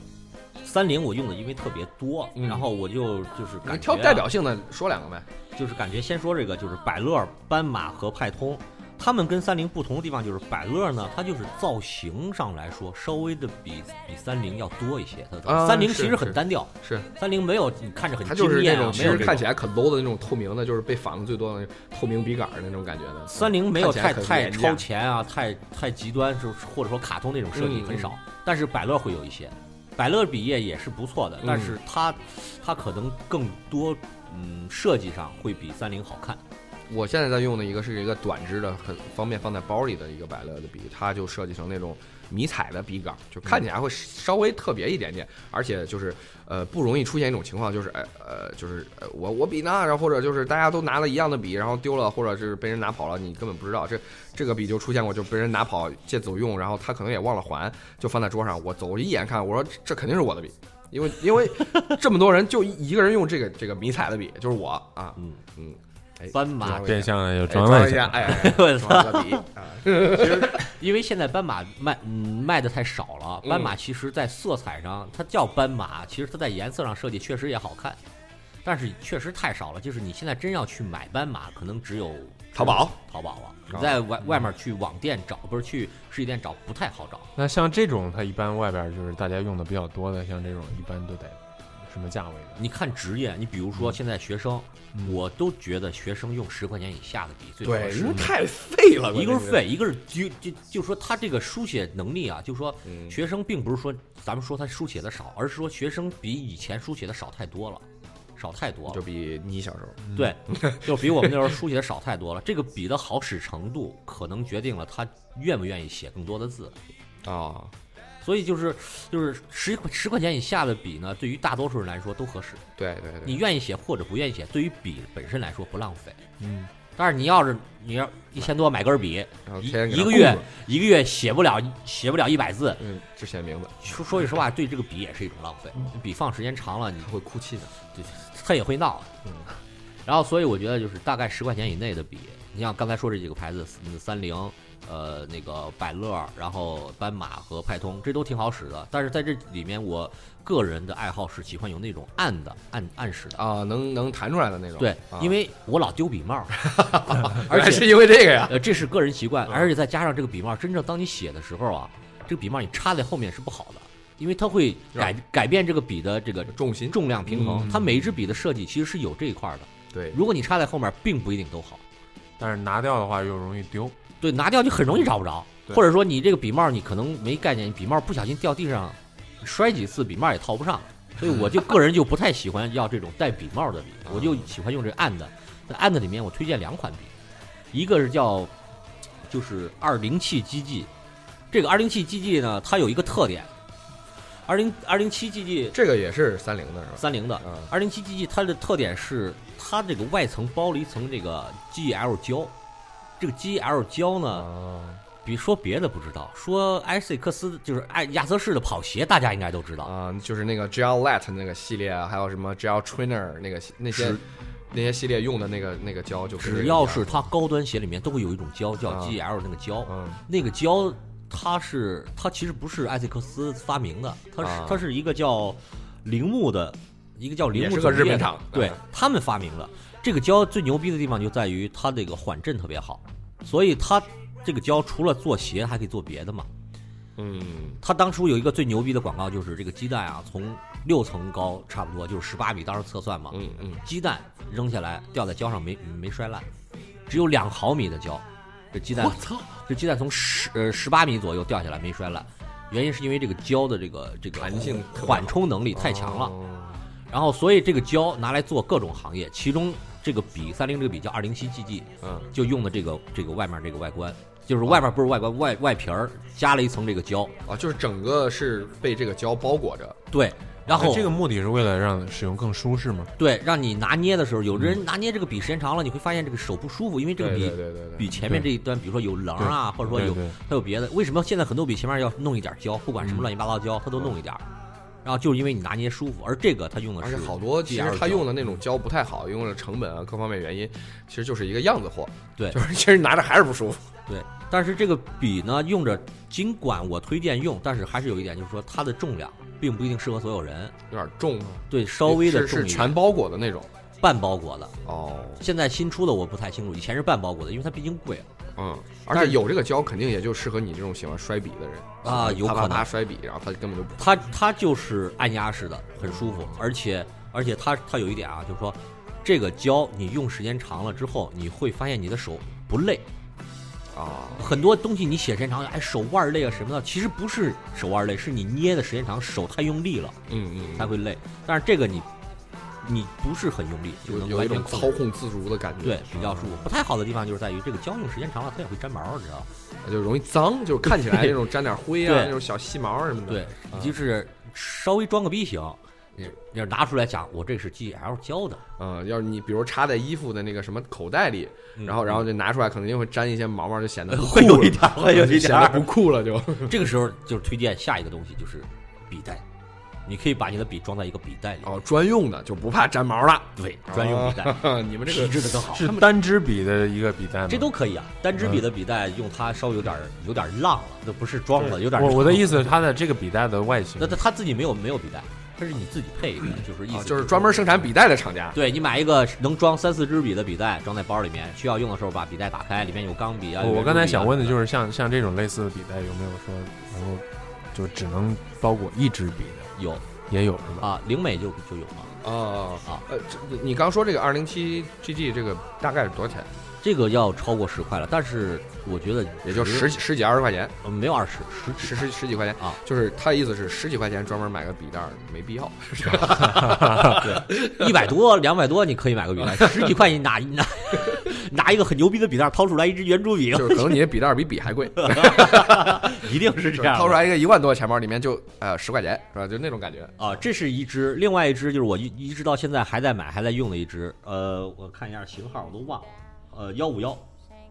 Speaker 2: 三菱我用的因为特别多，
Speaker 1: 嗯
Speaker 2: 然后我就就是
Speaker 1: 你
Speaker 2: 感觉
Speaker 1: 挑
Speaker 2: 啊、
Speaker 1: 代表性的说两个呗。
Speaker 2: 就是感觉先说这个，就是百乐、斑马和派通，它们跟三菱不同的地方就是百乐呢，它就是造型上来说稍微的比比三菱要多一些。它的造型
Speaker 1: 啊
Speaker 2: 三菱
Speaker 1: 是
Speaker 2: 其实很
Speaker 1: 是
Speaker 2: 单调，
Speaker 1: 是
Speaker 2: 三菱没有你看着很
Speaker 1: 它
Speaker 2: 惊
Speaker 1: 就是那
Speaker 2: 艳啊、
Speaker 1: 种其
Speaker 2: 没有
Speaker 1: 实
Speaker 2: 这
Speaker 1: 看
Speaker 2: 种
Speaker 1: 起来可 low 的那种透明的，就是被仿的最多的那种透明笔杆儿的那种感觉的。
Speaker 2: 三菱没有
Speaker 1: 看起来
Speaker 2: 太
Speaker 1: 可
Speaker 2: 太
Speaker 1: 廉价
Speaker 2: 超前啊，太太极端，是或者说卡通那种设计
Speaker 1: 嗯
Speaker 2: 很少，但是百乐会有一些，百乐笔业也是不错的，但
Speaker 1: 嗯
Speaker 2: 是它它可能更多嗯设计上会比三菱好看。
Speaker 1: 我现在在用的一个是一个短支的，很方便放在包里的一个百乐的笔，它就设计成那种迷彩的笔杆儿，就看起来会稍微特别一点点，而且就是呃不容易出现一种情况，就是呃呃就是呃我我笔呢，然后或者就是大家都拿了一样的笔，然后丢了，或者是被人拿跑了，你根本不知道这这个笔就出现过，就被人拿跑借走用，然后他可能也忘了还，就放在桌上，我走一眼看，我说这这肯定是我的笔。因为因为这么多人就一一个人用这个这个迷彩的笔，就是我啊，
Speaker 2: 嗯
Speaker 1: 嗯，哎
Speaker 2: 斑马
Speaker 1: 对
Speaker 3: 变相的就
Speaker 1: 装
Speaker 3: 装了
Speaker 1: 一下，
Speaker 3: 下。
Speaker 1: 哎，
Speaker 2: 我操
Speaker 1: 装个笔啊，
Speaker 2: 因为现在斑马卖嗯卖的太少了，
Speaker 1: 嗯
Speaker 2: 斑马其实在色彩上，它叫斑马，其实它在颜色上设计确实也好看，但是确实太少了。就是你现在真要去买斑马，可能只有
Speaker 1: 淘宝，
Speaker 2: 淘宝了。
Speaker 1: 淘宝
Speaker 2: 你在外外面去网店找，不是去实体店找，不太好找。
Speaker 3: 那像这种，它一般外边就是大家用的比较多的，像这种一般都得什么价位的？
Speaker 2: 你看职业，你比如说现在学生，
Speaker 1: 嗯
Speaker 2: 我都觉得学生用十块钱以下的笔最合适
Speaker 1: 因为。太废了，
Speaker 2: 一个
Speaker 1: 关
Speaker 2: 是
Speaker 1: 键
Speaker 2: 废，一个是就就就说他这个书写能力啊，就说
Speaker 1: 嗯
Speaker 2: 学生并不是说咱们说他书写的少，而是说学生比以前书写的少太多了，少太多
Speaker 1: 就
Speaker 2: 了。
Speaker 1: 比你小时候，
Speaker 3: 嗯
Speaker 2: 嗯对，就比我们那时候书写的少太多了。这个笔的好使程度，可能决定了他愿不愿意写更多的字。
Speaker 1: 啊，
Speaker 2: 所以就是就是十块十块钱以下的笔呢，对于大多数人来说都合适。
Speaker 1: 对对对，
Speaker 2: 你愿意写或者不愿意写，对于笔本身来说不浪费。
Speaker 3: 嗯，
Speaker 2: 但是你要是你要一千多买根笔
Speaker 1: 然，后
Speaker 2: 一
Speaker 1: 天天给它
Speaker 2: 一个
Speaker 1: 供
Speaker 2: 月
Speaker 1: 着
Speaker 2: 一个月写不了写不了一百字，
Speaker 1: 嗯，只写名字，
Speaker 2: 说说句实话，对这个笔也是一种浪
Speaker 1: 嗯
Speaker 2: 费。笔放时间长了，你
Speaker 1: 他会哭泣的，
Speaker 2: 它也会闹。啊
Speaker 1: 嗯
Speaker 2: 然后，所以我觉得就是大概十块钱以内的笔，你像刚才说这几个牌子，嗯三菱、呃那个百乐，然后斑马和派通，这都挺好使的。但是在这里面，我个人的爱好是喜欢有那种暗的、暗暗使的。
Speaker 1: 啊，能能弹出来的那种，
Speaker 2: 对，因
Speaker 1: 为
Speaker 2: 为我老丢笔 帽，而
Speaker 1: 而且
Speaker 2: 且
Speaker 1: 是因为这个呀，
Speaker 2: 呃，这是个人习惯，而且再加上这个笔帽，真正当你写的时候啊，这个笔帽你插在后面是不好的，因为它会改改变这个笔的这个
Speaker 1: 重心
Speaker 2: 重量平衡。它每一支笔的设计其实是有这一块的，
Speaker 1: 对，
Speaker 2: 如果你插在后面，并不一定都好。
Speaker 3: 但是拿掉的话又容易丢。
Speaker 2: 对，拿掉就很容易找不着，
Speaker 3: 对
Speaker 2: 或者说你这个笔帽你可能没概念，你笔帽不小心掉地上，摔几次笔帽也套不上，所以我就个人就不太喜欢要这种带笔帽的笔，我就喜欢用这个暗的。那暗的里面我推荐两款笔，一个是叫就是二零七 GG，这个二零七 GG 呢，它有一个特点，二零二零七 GG
Speaker 1: 这个也是三菱的是吧？
Speaker 2: 三菱的
Speaker 1: 嗯
Speaker 2: 二零七 GG 它的特点是它这个外层包了一层这个 GL 胶，这个 GL 胶呢。
Speaker 1: 啊
Speaker 2: 比说别的不知道，说埃塞克斯就是埃亚瑟士的跑鞋，大家应该都知道。
Speaker 1: 啊，就是那个 Gel Light 那个系列啊，还有什么 Gel Trainer 那个系那些
Speaker 2: 是
Speaker 1: 那些系列用的那个那个胶，就跟这个
Speaker 2: 只
Speaker 1: 一
Speaker 2: 要
Speaker 1: 样
Speaker 2: 是它高端鞋里面都会有一种胶叫
Speaker 1: 啊
Speaker 2: GL 那个胶，
Speaker 1: 嗯
Speaker 2: 那个胶它是它其实不是埃塞克斯发明的，它是、
Speaker 1: 啊
Speaker 2: 它是一个叫铃木的，一个叫铃
Speaker 1: 也
Speaker 2: 木
Speaker 1: 是个
Speaker 2: 总监
Speaker 1: 日本厂
Speaker 2: 对
Speaker 1: 嗯
Speaker 2: 他们发明了这个胶最牛逼的地方就在于它这个缓震特别好，所以它这个胶除了做鞋还可以做别的嘛。
Speaker 1: 嗯
Speaker 2: 他当初有一个最牛逼的广告，就是这个鸡蛋啊，从六层高差不多就是十八米，当时测算嘛，
Speaker 1: 嗯嗯，
Speaker 2: 鸡蛋扔下来掉在胶上没没摔烂，只有两毫米的胶，这鸡蛋
Speaker 3: 我操，
Speaker 2: 这鸡蛋从十呃十八米左右掉下来没摔烂，原因是因为这个胶的这个这个
Speaker 1: 弹性特别好
Speaker 2: 缓冲能力太强了，
Speaker 3: 哦
Speaker 2: 然后所以这个胶拿来做各种行业，其中这个笔三菱这个笔叫二零七 GG，
Speaker 1: 嗯
Speaker 2: 就用的这个这个外面这个外观，就是外面不是外观外外皮儿加了一层这个胶。
Speaker 1: 啊，就是整个是被这个胶包裹着，
Speaker 2: 对，然后
Speaker 1: 哎
Speaker 3: 那哎这个目的是为了让使用更舒适吗？
Speaker 2: 对让你拿捏的时候，有的人拿捏这个笔时间长了，你会发现这个手不舒服，因为这
Speaker 1: 嗯
Speaker 2: 个
Speaker 1: 对
Speaker 2: 笔
Speaker 1: 对对对对
Speaker 2: 比前面这一端，比如说有棱儿啊，或者说有
Speaker 3: 对对
Speaker 2: 它有别的。为什么现在很多笔前面要弄一点胶，不管什
Speaker 1: 嗯
Speaker 2: 么乱七八糟胶，它都弄一点儿，然后就是因为你拿捏舒服，而这个它用的
Speaker 1: 而
Speaker 2: 是
Speaker 1: 且好多其实
Speaker 2: GR
Speaker 1: 他
Speaker 2: 胶
Speaker 1: 用的那种胶不太好，用了成本啊各方面原因，其实就是一个样子货，
Speaker 2: 对
Speaker 1: 就是其实拿着还是不舒服，
Speaker 2: 对，但是这个笔呢，用着尽管我推荐用，但是还是有一点，就是说它的重量并不一定适合所有人。
Speaker 1: 有点重啊，
Speaker 2: 对，稍微嗯
Speaker 1: 是
Speaker 2: 的重
Speaker 1: 是
Speaker 2: 一
Speaker 1: 全
Speaker 2: 点，
Speaker 1: 包裹的那种
Speaker 2: 半包裹的。
Speaker 1: 哦，
Speaker 2: 现在新出的我不太清楚，以前是半包裹的，因为它毕竟贵啊。
Speaker 1: 嗯，而且有这个胶肯定也就适合你这种喜欢摔笔的人
Speaker 2: 啊有
Speaker 1: 啪啪
Speaker 2: 可能
Speaker 1: 啪摔笔，然后他根本就不
Speaker 2: 它它就是按压式的，很舒服，而且而且它它有一点啊，就是说这个胶你用时间长了之后，你会发现你的手不累。
Speaker 1: 啊，
Speaker 2: 很多东西你写时间长，哎，手腕累啊什么的，其实不是手腕累，是你捏的时间长，手太用力了
Speaker 1: 嗯嗯，
Speaker 2: 才
Speaker 1: 嗯
Speaker 2: 会累。但是这个你你不是很用力，就
Speaker 1: 有
Speaker 2: 能
Speaker 1: 有一
Speaker 2: 完全
Speaker 1: 种
Speaker 2: 控
Speaker 1: 操
Speaker 2: 制。
Speaker 1: 控自如的感觉，
Speaker 2: 对，比较舒服。不太好的地方就是在于这个胶用时间长了，它也会粘毛，你知道吗？
Speaker 1: 啊就容易脏，就是看起来那种沾点灰啊，
Speaker 2: 对
Speaker 1: 那种小细毛什么的，
Speaker 2: 对，就是稍微装个逼行，你你要拿出来讲，我这是 GL 胶的，
Speaker 1: 嗯，要是你比如插在衣服的那个什么口袋里，然后然后就拿出来，肯定会沾一些毛毛，就显得不
Speaker 2: 嗯会
Speaker 1: 酷
Speaker 2: 有
Speaker 1: 了
Speaker 2: 一点儿会有一
Speaker 1: 就显
Speaker 2: 点
Speaker 1: 得不
Speaker 2: 儿
Speaker 1: 酷了就。
Speaker 2: 这个时候就是推荐下一个东西，就是笔袋。你可以把你的笔装在一个笔袋里，
Speaker 1: 哦，专用的就不怕沾毛了。
Speaker 2: 对，专用笔袋，
Speaker 1: 袋， 你们这
Speaker 2: 皮
Speaker 1: 个
Speaker 2: 质的更好。
Speaker 3: 是单支笔的一个笔袋吗？
Speaker 2: 哦这都可以啊，单支笔的笔袋用它稍微有点儿有点儿浪了，这不是装了，有点儿
Speaker 3: 我
Speaker 2: 浪
Speaker 3: 我的意思，是它的这个笔袋的外形
Speaker 2: 那，他他自己没有没有笔袋，它是你自己配一个，就是意
Speaker 1: 啊
Speaker 2: 思
Speaker 1: 就是专门生产笔袋的厂家。
Speaker 2: 对你买一个能装三四支笔的笔袋，装在包里面，需要用的时候把笔袋打开，里面有钢笔啊。，
Speaker 3: 哦我我刚才想问的就是是像像这种类似的笔袋，有没有说能够就只能包裹一支笔的？
Speaker 2: 有
Speaker 3: 也有是吧？
Speaker 2: 啊，灵美就就有了。
Speaker 1: 哦
Speaker 2: 啊，
Speaker 1: 呃，这你你刚说这个二零七 GG 这个大概是多少钱？
Speaker 2: 这个要超过十块了，但是我觉得
Speaker 1: 也就十几十几二十块钱，
Speaker 2: 呃没有二十十几
Speaker 1: 十十十几块钱
Speaker 2: 啊。
Speaker 1: 就是他的意思是十几块钱专门买个笔袋儿没必要。
Speaker 2: 一百多、两百多，你可以买 个笔袋，十几块你拿拿拿一个很牛逼的笔袋，掏出来一支圆珠笔，
Speaker 1: 就是可能你的笔袋儿比笔还贵，
Speaker 2: 一定
Speaker 1: 就
Speaker 2: 是 这
Speaker 1: 是
Speaker 2: 样的。啊
Speaker 1: 掏出来一个一万多的钱包，里面就呃十块钱是吧？就那种感觉。
Speaker 2: 啊，这是一支，另外一支就是我一一直到现在还在买、还在用的一支，呃，我看一下型号，我都忘了，呃，幺五幺，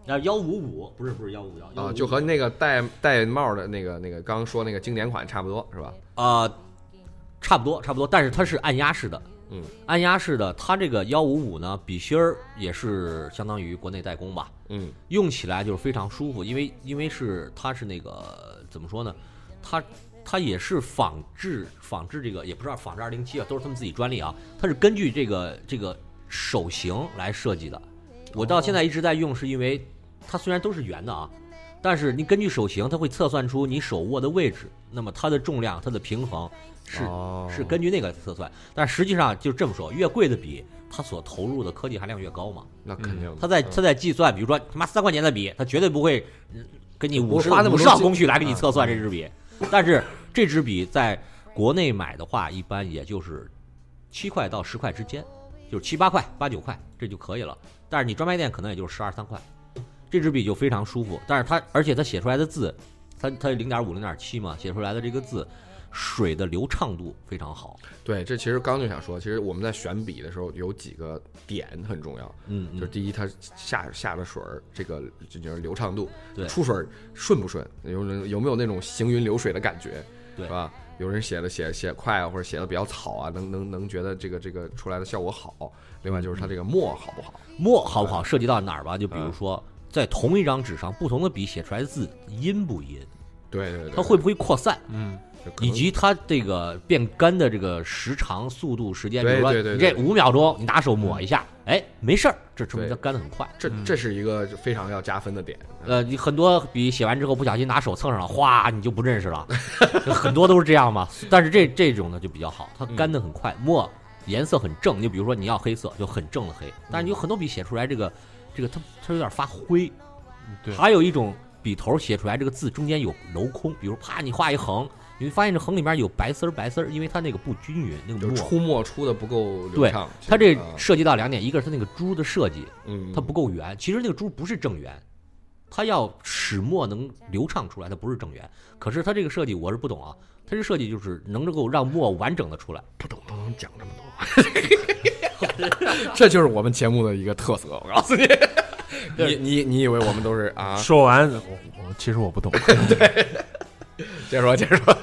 Speaker 2: 啊，幺五五，不是不是幺五幺，
Speaker 1: 啊，就和那个戴戴帽的那个那个刚刚说那个经典款差不多是吧？
Speaker 2: 啊、差不多差不多，但是它是按压式的，
Speaker 1: 嗯，
Speaker 2: 按压式的，它这个幺五五呢，笔芯儿也是相当于国内代工吧，
Speaker 1: 嗯，
Speaker 2: 用起来就是非常舒服，因为因为是它是那个怎么说呢，它它也是仿制仿制这个也不是仿制二零七啊，都是他们自己专利啊，它是根据这个这个手型来设计的。我到现在一直在用，是因为它虽然都是圆的啊，但是你根据手型，它会测算出你手握的位置，那么它的重量、它的平衡是、
Speaker 1: 哦
Speaker 2: 是根据那个测算。但实际上就这么说，越贵的笔，它所投入的科技含量越高嘛。
Speaker 1: 那肯定的。
Speaker 2: 嗯
Speaker 1: 嗯
Speaker 2: 他在他在计算，比如说他妈三块钱的笔，他绝对不会嗯给你
Speaker 1: 不
Speaker 2: 五
Speaker 1: 会
Speaker 2: 十
Speaker 1: 花那么
Speaker 2: 五
Speaker 1: 多啊嗯
Speaker 2: 十道
Speaker 1: 心
Speaker 2: 工序来给你测算这支笔。但是这支笔在国内买的话，一般也就是七块到十块之间，就是七八块、八九块这就可以了。但是你专卖店可能也就是十二三块，这支笔就非常舒服。但是它而且它写出来的字，它它零点五、零点七嘛，写出来的这个字，水的流畅度非常好。
Speaker 1: 对，这其实刚就想说，其实我们在选笔的时候有几个点很重要，
Speaker 2: 嗯，
Speaker 1: 就是第一，它下下的水儿这个这就是流畅度，
Speaker 2: 对
Speaker 1: 出水儿顺不顺，有人有没有那种行云流水的感觉，
Speaker 2: 对
Speaker 1: 是吧？有人写的写写快啊，或者写的比较草啊，能能能觉得这个这个出来的效果好。另外
Speaker 2: 嗯
Speaker 1: 就是它这个墨好不好？
Speaker 2: 墨好不好，涉及到哪儿吧？就比
Speaker 1: 嗯
Speaker 2: 如说，在同一张纸上，不同的笔写出来的字阴不阴，
Speaker 1: 对对对，
Speaker 2: 它会不会扩散，
Speaker 3: 嗯，
Speaker 1: 对可能
Speaker 2: 以及它这个变干的这个时长、速度、时间。比
Speaker 1: 对
Speaker 2: 如说，
Speaker 1: 对对
Speaker 2: 你
Speaker 1: 对嗯
Speaker 2: 这五秒钟，你拿手抹一下，哎，没事儿，这说明它
Speaker 1: 对
Speaker 2: 干的很快。
Speaker 1: 这这是一个非常要加分的点。
Speaker 2: 呃，你很多笔写完之后不小心拿手蹭上了，哗，你就不认识了， 就很多都是这样嘛。但是这这种呢就比较好，它干的很快，墨颜色很正。你比如说你要黑色，就很正的黑。但是有很多笔写出来这个这个它它有点发灰，
Speaker 3: 对，
Speaker 2: 还有一种笔头写出来这个字中间有镂空，比如啪你画一横，你会发现这横里面有白丝儿白丝儿，因为它那个不均匀，那个
Speaker 1: 就
Speaker 2: 墨。
Speaker 1: 出墨出的不够流
Speaker 2: 对
Speaker 1: 畅，
Speaker 2: 它这
Speaker 1: 其实啊
Speaker 2: 涉及到两点，一个是它那个珠的设计，
Speaker 1: 嗯，
Speaker 2: 它不够圆。其实那个珠不是正圆，它要使墨能流畅出来，它不是正圆。可是它这个设计我是不懂啊，它这设计就是能够让墨完整的出来。
Speaker 1: 不懂不能讲这么多，这就是我们节目的一个特色。我告诉你， 你你你以为我们都是啊？
Speaker 3: 说完，我我其实 我不懂，
Speaker 1: 接着说，接着说。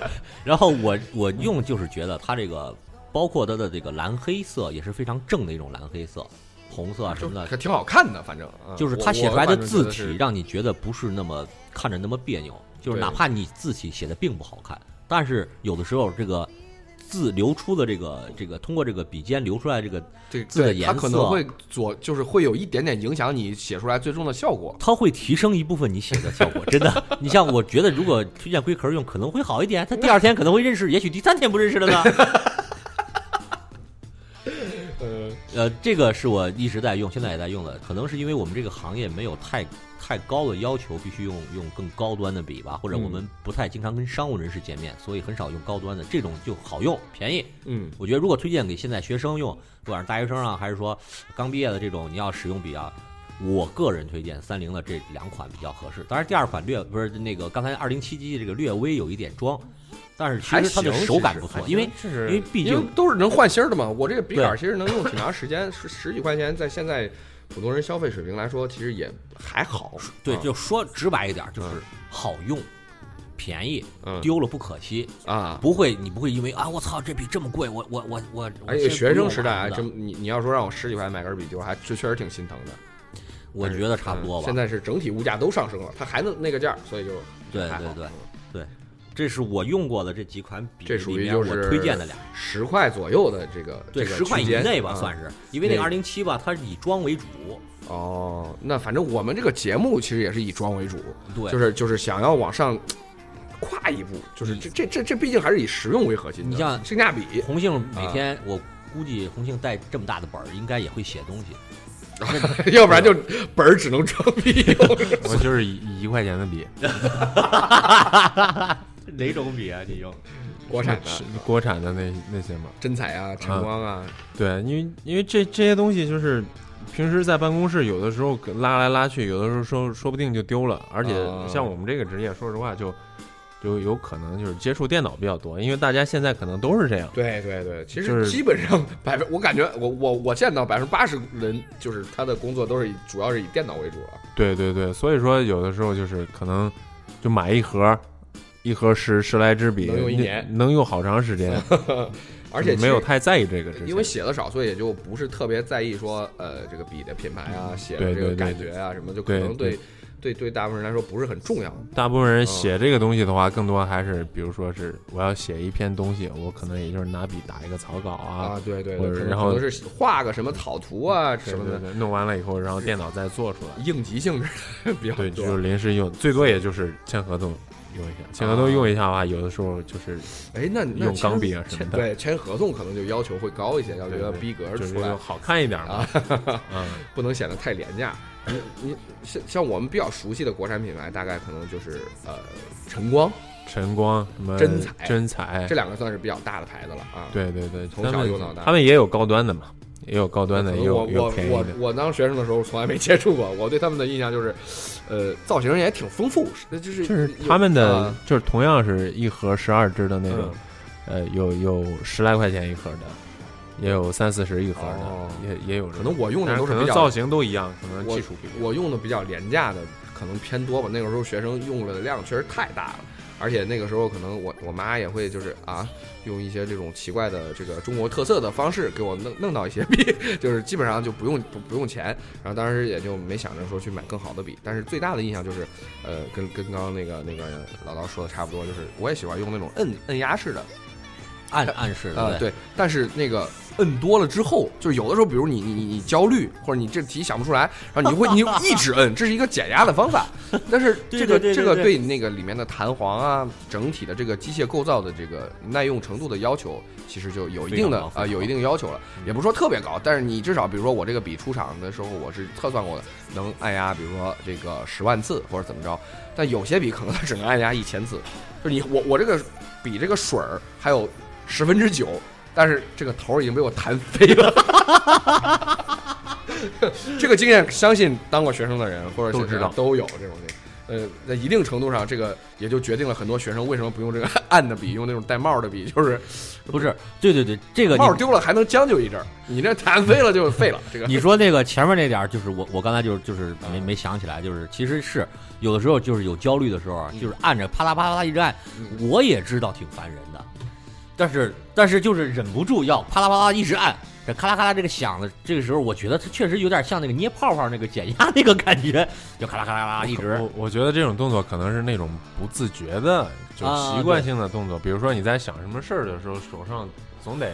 Speaker 2: 然后我我用就是觉得它这个，包括它的这个蓝黑色也是非常正的一种蓝黑色，红色啊什么的
Speaker 1: 还挺好看的，反正啊
Speaker 2: 就是
Speaker 1: 我
Speaker 2: 他写出来的字
Speaker 1: 我反正觉
Speaker 2: 体，
Speaker 1: 得是
Speaker 2: 让你觉得不是那么看着那么别扭。就是
Speaker 1: 对
Speaker 2: 哪怕你字体写的并不好看，但是有的时候这个字流出的这个这个通过这个笔尖流出来这个
Speaker 1: 这
Speaker 2: 字的
Speaker 1: 对
Speaker 2: 颜
Speaker 1: 它
Speaker 2: 色
Speaker 1: 可能会左，就是会有一点点影响你写出来最终的效果。
Speaker 2: 它会提升一部分你写的效果，真的。 你像我觉得，如果推荐龟壳用，可能会好一点。他第二天可能会认识，也许第三天不认识了呢。
Speaker 1: 呃，
Speaker 2: 呃，这个是我一直在用，现在也在用的。可能是因为我们这个行业没有太太高的要求，必须用用更高端的笔吧，或者我
Speaker 1: 嗯
Speaker 2: 们不太经常跟商务人士见面，所以很少用高端的。这种就好用，便宜。
Speaker 1: 嗯，
Speaker 2: 我觉得如果推荐给现在学生用，不管是大学生啊，还是说刚毕业的这种，你要使用笔啊，我个人推荐三菱的这两款比较合适。当然，第二款略不是那个刚才二零七 G 这个略微有一点装，但是其
Speaker 1: 还
Speaker 2: 实它的
Speaker 1: 行
Speaker 2: 手感
Speaker 1: 其实
Speaker 2: 不
Speaker 1: 还行
Speaker 2: 错，因为
Speaker 3: 这
Speaker 2: 因
Speaker 3: 是
Speaker 2: 为毕
Speaker 1: 因为
Speaker 2: 竟
Speaker 1: 都是能换芯儿的嘛。我这个笔杆儿
Speaker 2: 对
Speaker 1: 其实能用挺长时间，十十几块钱，在现在普通人消费水平来说，其实也还好。
Speaker 2: 对，
Speaker 1: 啊
Speaker 2: 就说直白一点，就是
Speaker 1: 嗯
Speaker 2: 好用、便宜，
Speaker 1: 嗯
Speaker 2: 丢了不可惜，
Speaker 1: 啊，
Speaker 2: 不会你不会因为啊我操这笔这么贵，我我我我，我
Speaker 1: 而且
Speaker 2: 先
Speaker 1: 学
Speaker 2: 不
Speaker 1: 生
Speaker 2: 用
Speaker 1: 时代
Speaker 2: 了
Speaker 1: 啊，
Speaker 2: 什
Speaker 1: 真
Speaker 2: 么的
Speaker 1: 你你要说让我十几块钱买根笔，就还确确实挺心疼的。
Speaker 2: 我觉得差不多吧。
Speaker 1: 嗯现在是整体物价都上升了，它还能那个价儿，所以就
Speaker 2: 对
Speaker 1: 还好嗯
Speaker 2: 对对，这是我用过的这几款笔，
Speaker 1: 这属于
Speaker 2: 里面
Speaker 1: 就
Speaker 2: 我
Speaker 1: 是
Speaker 2: 推荐的俩，
Speaker 1: 十块左右的这个
Speaker 2: 对，
Speaker 1: 这个
Speaker 2: 十块以
Speaker 1: 区间
Speaker 2: 内吧，
Speaker 1: 啊
Speaker 2: 算是，因为那个
Speaker 1: 那个
Speaker 2: 二零七吧，它是以装为主，
Speaker 1: 哦。那反正我们这个节目其实也是以装为主，
Speaker 2: 对，
Speaker 1: 就是就是想要往上跨一步，就是这这这这毕竟还是以实用为核心的。
Speaker 2: 你像
Speaker 1: 性价比，
Speaker 2: 红杏每
Speaker 1: 啊
Speaker 2: 天我估计红杏带这么大的本儿，应该也会写 东西，
Speaker 1: 要不然就本儿只能装逼 用。
Speaker 3: 我就是一一块钱的笔，
Speaker 2: 哪种笔啊？你用？
Speaker 1: 国产的
Speaker 3: 是国产的那那些嘛。
Speaker 1: 真彩
Speaker 2: 嗯
Speaker 1: 啊，晨光啊，
Speaker 3: 对，因为因为这这些东西就是平时在办公室，有的时候拉来拉去，有的时候说说不定就丢了。而且
Speaker 1: 啊
Speaker 3: 像我们这个职业，说实话就就有可能就是接触电脑比较多，因为大家现在可能都是这样。
Speaker 1: 对对对，其
Speaker 3: 就
Speaker 1: 实
Speaker 3: 是
Speaker 1: 基本上 百分，我感觉我我我见到百分之八十人，就是他的工作都是以主要是以电脑为主啊了。
Speaker 3: 对对对，所以说有的时候就是可能就买一盒，一盒十十来支笔，
Speaker 1: 能用一年
Speaker 3: 你能用好长时间，
Speaker 1: 而且其实
Speaker 3: 嗯没有太在意这个事情，
Speaker 1: 因为写的少，所以也就不是特别在意说，呃，这个笔的品牌啊，写的
Speaker 3: 对
Speaker 1: 这个
Speaker 3: 对对
Speaker 1: 感觉啊什么，就可能
Speaker 3: 对
Speaker 1: 对对对大部分人来说不是很重要。
Speaker 3: 大部分
Speaker 1: 嗯
Speaker 3: 人写这个东西的话，更多还是比如说是我要写一篇东西，我可能也就是拿笔打一个草稿啊
Speaker 1: 啊，，对对
Speaker 3: 或
Speaker 1: 对，
Speaker 3: 者
Speaker 1: 可能
Speaker 3: 然后
Speaker 1: 可能是画个什么草图啊
Speaker 3: 对
Speaker 1: 什么
Speaker 3: 对
Speaker 1: 的，
Speaker 3: 对，弄完了以后，然后电脑再做出来。
Speaker 1: 应急性质 比较
Speaker 3: 对，就
Speaker 1: 多
Speaker 3: 是。临时用，最多也就是签合同，用一下，写
Speaker 1: 啊
Speaker 3: 合同用一下的话，有的时候就是
Speaker 1: 哎，那那
Speaker 3: 用
Speaker 1: 其实
Speaker 3: 钢笔啊什么
Speaker 1: 签
Speaker 3: 的
Speaker 1: 对，签合同可能就要求会高一些，要
Speaker 3: 对
Speaker 1: 要
Speaker 3: 对
Speaker 1: 逼格
Speaker 3: 就是
Speaker 1: 出来，啊
Speaker 3: 好看一点嘛，嗯，
Speaker 1: 不能显得太廉价。你你像像我们比较熟悉的国产品牌，大概可能就是呃晨光
Speaker 3: 晨光什么
Speaker 1: 真彩
Speaker 3: 真彩
Speaker 1: 这，两个算是比较大的牌子了啊。
Speaker 3: 哎对对对，
Speaker 1: 从
Speaker 3: 他
Speaker 1: 小
Speaker 3: 们
Speaker 1: 用到大
Speaker 3: 他们也有高端的嘛，也有高
Speaker 1: 可
Speaker 3: 端
Speaker 1: 能
Speaker 3: 的，
Speaker 1: 我，
Speaker 3: 也有也有
Speaker 1: 我
Speaker 3: 便宜
Speaker 1: 我
Speaker 3: 的，
Speaker 1: 我当学生的时候从来没接触过，我对他们的印象就是，呃，造型也挺丰富，是就是
Speaker 3: 就是
Speaker 1: 有
Speaker 3: 他们的
Speaker 1: 啊
Speaker 3: 就是同样是一盒十二支的那种
Speaker 1: 嗯，
Speaker 3: 呃，有有十来块钱一盒的，也有三四十一盒
Speaker 1: 哦
Speaker 3: 的，也也有这
Speaker 1: 可
Speaker 3: 种。
Speaker 1: 能我用的
Speaker 3: 但
Speaker 1: 都
Speaker 3: 是
Speaker 1: 是
Speaker 3: 可
Speaker 1: 比
Speaker 3: 能
Speaker 1: 较
Speaker 3: 造型都一样，可能
Speaker 1: 我
Speaker 3: 技术不一样。
Speaker 1: 我用的比较廉价的可能偏多吧。那个时候学生用的量确实太大了，而且那个时候可能我我妈也会就是啊，用一些这种奇怪的这个中国特色的方式给我弄弄到一些笔， 就是基本上就不用不不用钱。然后当时也就没想着说去买更好的笔，但是最大的印象就是，呃，跟跟刚刚那个那个老刀说的差不多，就是我也喜欢用那种摁摁压式的，
Speaker 2: 暗暗示
Speaker 1: 啊、
Speaker 2: 对不对
Speaker 1: 对，但是那个摁多了之后，就是有的时候，比如你你你你焦虑，或者你这题想不出来，然后你 会你就一直摁，这是一个减压的方法。但是
Speaker 2: 对
Speaker 1: 这个
Speaker 2: 对对对
Speaker 1: 这个
Speaker 2: 对
Speaker 1: 对那个里面的弹簧啊，整体的这个机械构造的这个耐用程度的要求，其实就有一定的
Speaker 2: 非常高
Speaker 1: 啊、
Speaker 2: 非常高
Speaker 1: 有一定要求了，
Speaker 3: 嗯
Speaker 1: 也不是说特别高，但是你至少比如说我这个笔出厂的时候，我是测算过的，能按压，比如说这个十万次或者怎么着，但有些笔可能它只能按压一千次，就是你我我这个比这个水儿还有十分之九，但是这个头儿已经被我弹飞了。 这个经验，相信当过学生的人或者
Speaker 3: 都知道
Speaker 1: 都有这种这个。呃，在一定程度上，这个也就决定了很多学生为什么不用这个暗的笔，用那种带帽的笔，就是
Speaker 2: 不是，对对对，这个你
Speaker 1: 帽丢了还能将就一阵儿，你那弹飞了就废了。 这个
Speaker 2: 你说那个前面那点儿，就是我我刚才就是就是
Speaker 1: 嗯
Speaker 2: 没没想起来，就是其实是有的时候就是有焦虑的时候啊，
Speaker 1: 嗯
Speaker 2: 就是按着啪啦啪啦啪啦一直按
Speaker 1: 嗯，
Speaker 2: 我也知道挺烦人的，但是但是就是忍不住要啪啦啪啦一直按。这咔啦咔啦这个响的，这个时候我觉得它确实有点像那个捏泡泡那个减压那个感觉，就咔啦咔啦咔啦 一直
Speaker 3: 我我觉得这种动作可能是那种不自觉的，就
Speaker 2: 啊
Speaker 3: 习惯性的动作。比如说你在想什么事儿的时候，手上总得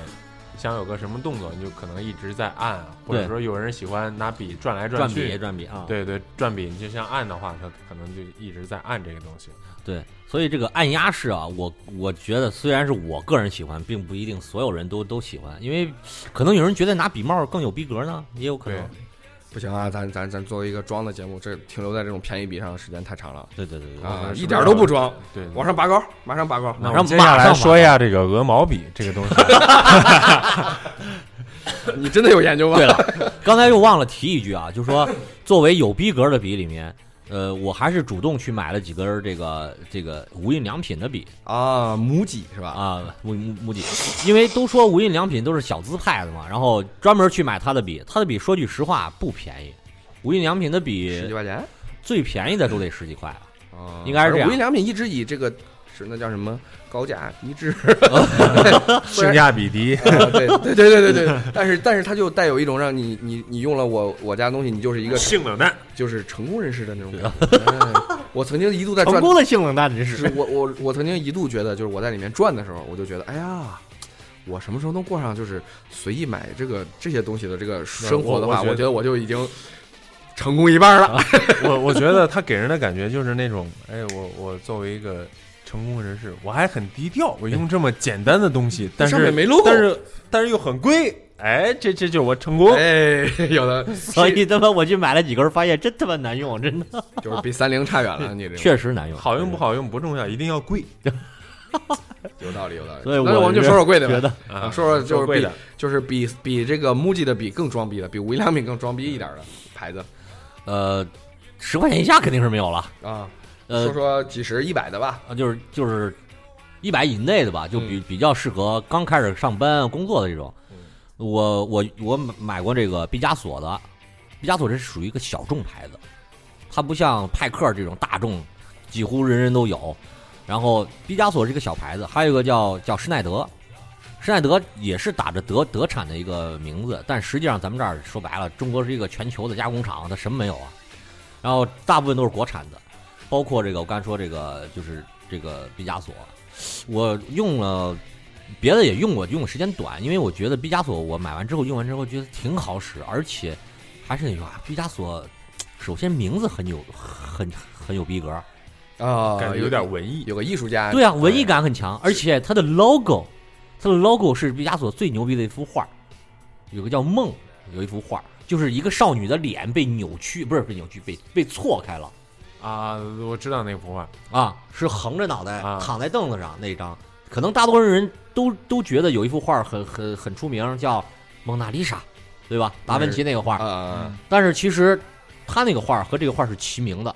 Speaker 3: 想有个什么动作，你就可能一直在按，啊或者
Speaker 2: 对
Speaker 3: 说有人喜欢拿笔转来
Speaker 2: 转
Speaker 3: 去。
Speaker 2: 笔转笔啊。
Speaker 3: 对对，转笔，你就像按的话，它可能就一直在按这个东西。
Speaker 2: 对，所以这个按压式啊，我我觉得虽然是我个人喜欢，并不一定所有人都都喜欢，因为可能有人觉得拿笔帽更有逼格呢，也有可能。
Speaker 1: 不行啊，咱咱咱作为一个装的节目，这停留在这种便宜笔上的时间太长了
Speaker 2: 对对对对，
Speaker 1: 啊，
Speaker 3: 是
Speaker 1: 一点都不装，
Speaker 3: 对，对
Speaker 1: 往上拔高，马上拔高。
Speaker 3: 那我
Speaker 2: 马上
Speaker 3: 们接下
Speaker 2: 马
Speaker 3: 来
Speaker 2: 上
Speaker 3: 说一下这个鹅毛笔这个东西。
Speaker 1: 你真的有研究吗？
Speaker 2: 对了，刚才又忘了提一句啊，就说作为有逼格的笔里面，呃，我还是主动去买了几根儿这个这个无印良品的笔
Speaker 1: 啊，母己是吧？
Speaker 2: 啊，目目目的，因为都说无印良品都是小资派的嘛，然后专门去买他的笔，他的笔说句实话不便宜，无印良品的
Speaker 1: 十几
Speaker 2: 笔
Speaker 1: 块钱，
Speaker 2: 最便宜的都得十几块了。
Speaker 1: 啊
Speaker 2: 应该是这样
Speaker 1: 无印良品一直以这个是那叫什么高价一 致，
Speaker 3: 性价比低，
Speaker 1: 啊对对对对对对。但是但是它就带有一种让你你你用了我我家东西，你就是一个
Speaker 3: 性冷淡。
Speaker 1: 就是成功人士的那种感觉。哎 我曾经一度在
Speaker 2: 成
Speaker 1: 转
Speaker 2: 功的性冷淡这
Speaker 1: 是
Speaker 2: 是。
Speaker 1: 我我我曾经一度觉得，就是我在里面转的时候，我就觉得，哎呀，我什么时候能过上就是随意买这个这些东西的这个生活的话，
Speaker 3: 我
Speaker 1: 我
Speaker 3: 我觉得
Speaker 1: 觉得我就已经成功一半了。
Speaker 3: 我我觉得他给人的感觉就是那种，哎，我我作为一个成功人士，我还很低调，我用这么简单的东西， 但
Speaker 1: 哎上面
Speaker 3: 是
Speaker 1: 没 logo
Speaker 3: 但是但是又很贵，哎，这这就我成功。
Speaker 1: 哎，有的
Speaker 2: 所以他妈我去买了几根儿，发现真他妈难用，真的
Speaker 1: 就是比三菱差远了，你这个
Speaker 2: 确实难用。
Speaker 3: 好用不好用不重要，一定要贵
Speaker 1: 有道理，有道理。
Speaker 2: 所以
Speaker 1: 那我们就说说贵的吧
Speaker 2: 觉。得
Speaker 1: 啊说说就是
Speaker 3: 贵
Speaker 1: 比
Speaker 3: 的，
Speaker 1: 就是比比这个 MUJI 的比更装逼的，比无印良品更装逼一点的牌子
Speaker 2: 呃，十块钱以下肯定是没有了。
Speaker 1: 啊，
Speaker 2: 呃
Speaker 1: 说，说几十一百的吧，
Speaker 2: 啊，就是就是一百以内的吧，就比、比较适合刚开始上班啊工作的这种。我我我买买过这个毕加索的，毕加索这是属于一个小众牌子，它不像派克这种大众，几乎人人都有。然后毕加索是一个小牌子，还有一个叫叫施耐德，施耐德也是打着德德产的一个名字，但实际上咱们这儿说白了，中国是一个全球的加工厂，它什么没有啊？然后大部分都是国产的，包括这个我刚才说这个就是这个毕加索，我用了别的也用过，用的时间短，因为我觉得毕加索我买完之后用完之后觉得挺好使，而且还是那句话，毕加索首先名字很有很很有逼格，
Speaker 1: 啊，
Speaker 3: 感觉有点文艺。
Speaker 1: 有个艺术家，
Speaker 2: 对啊，文艺感很强，而且它的 logo，它的 logo 是毕加索最牛逼的一幅画，有个叫《梦》，有一幅画，就是一个少女的脸被扭曲，不是被扭曲，被被错开了
Speaker 3: 啊，我知道那幅画，
Speaker 2: 啊，是横着脑袋
Speaker 3: 啊
Speaker 2: 躺在凳子上那一张，可能大多数人都都觉得有一幅画很很很出名，叫《蒙娜丽莎》，对吧？达芬奇那个画，
Speaker 1: 啊
Speaker 2: 但是其实他那个画和这个画是齐名的，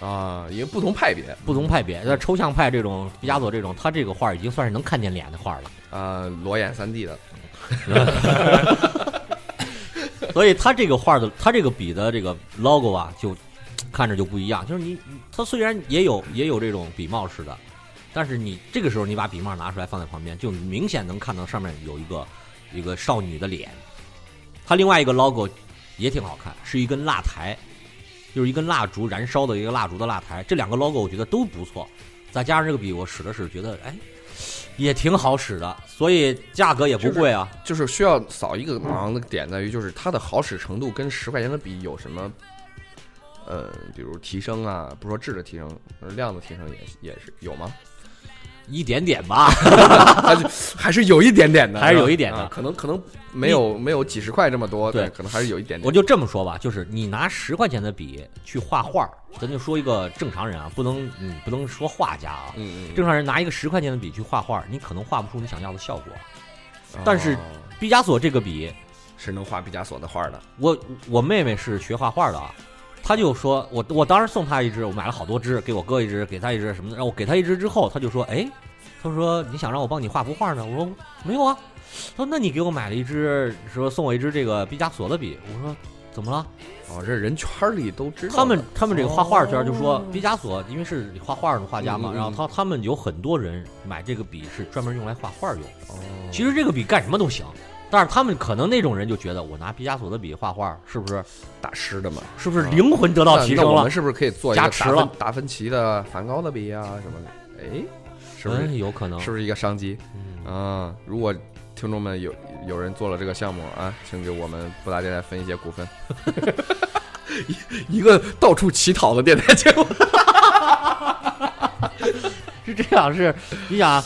Speaker 1: 啊，因为不同派别
Speaker 2: 不同派别。那抽象派这种，毕加索这种，他这个画已经算是能看见脸的画了。
Speaker 1: 啊，裸眼三 D 的
Speaker 2: 所以它这个画的，它这个笔的这个 logo 啊，就看着就不一样。就是你，它虽然也有也有这种笔帽式的，但是你这个时候你把笔帽拿出来放在旁边，就明显能看到上面有一个一个少女的脸。它另外一个 logo 也挺好看，是一根蜡台，就是一根蜡烛燃烧的一个蜡烛的蜡台。这两个 logo 我觉得都不错，再加上这个笔，我使了使，觉得哎也挺好使的，所以价格也不贵啊。
Speaker 1: 就是需要扫一个盲的点在于，就是它的好使程度跟十块钱的笔有什么，呃，比如提升啊，不说质的提升，呃量的提升也也是有 吗？
Speaker 2: 一点点吧，
Speaker 1: 啊，就还是有一点点的，
Speaker 2: 还是有
Speaker 1: 吧
Speaker 2: 一点的
Speaker 1: 啊可能可能没有没有几十块这么多，
Speaker 2: 对
Speaker 1: 但可能还是有一点
Speaker 2: 我
Speaker 1: 点。
Speaker 2: 就这么说吧，就是你拿十块钱的笔去画画，咱就说一个正常人啊，不能嗯不能说画家啊，
Speaker 1: 嗯嗯
Speaker 2: 正常人拿一个十块钱的笔去画画，你可能画不出你想要的效果。但是
Speaker 1: 哦
Speaker 2: 毕加索这个笔，
Speaker 1: 是能画毕加索的画的，
Speaker 2: 我我妹妹是学画画的啊，她就说我我当时送她一支，我买了好多支，给我哥一支，给她一支什么的，让我给她一支之后，她就说哎，她说你想让我帮你画幅画呢？我说没有啊，她说那你给我买了一支，说送我一支这个毕加索的笔，我说怎么了？
Speaker 1: 哦，这人圈里都知道的。
Speaker 2: 他们他们这个画画圈就说，毕加索因为是画画的画家
Speaker 1: 嗯
Speaker 2: 嘛，
Speaker 1: 嗯嗯
Speaker 2: 然后他他们有很多人买这个笔是专门用来画画用。
Speaker 1: 哦
Speaker 2: 其实这个笔干什么都行，但是他们可能那种人就觉得我拿毕加索的笔画画是不是
Speaker 1: 打湿的嘛，
Speaker 2: 是不是灵魂得到
Speaker 1: 那
Speaker 2: 提
Speaker 1: 那
Speaker 2: 升
Speaker 1: 我
Speaker 2: 了
Speaker 1: 们？啊是不是可以做一个
Speaker 2: 加
Speaker 1: 达
Speaker 2: 持
Speaker 1: 芬
Speaker 2: 了
Speaker 1: 达芬奇的、梵高的笔啊什么的？哎，是不
Speaker 2: 哎
Speaker 1: 是
Speaker 2: 有可能？
Speaker 1: 是不是一个商机
Speaker 2: 嗯
Speaker 1: 啊？如果听众们有有人做了这个项目啊，请给我们布达电台分一些股份。 一一个到处乞讨的电台节目，
Speaker 2: 是这样，是你想啊，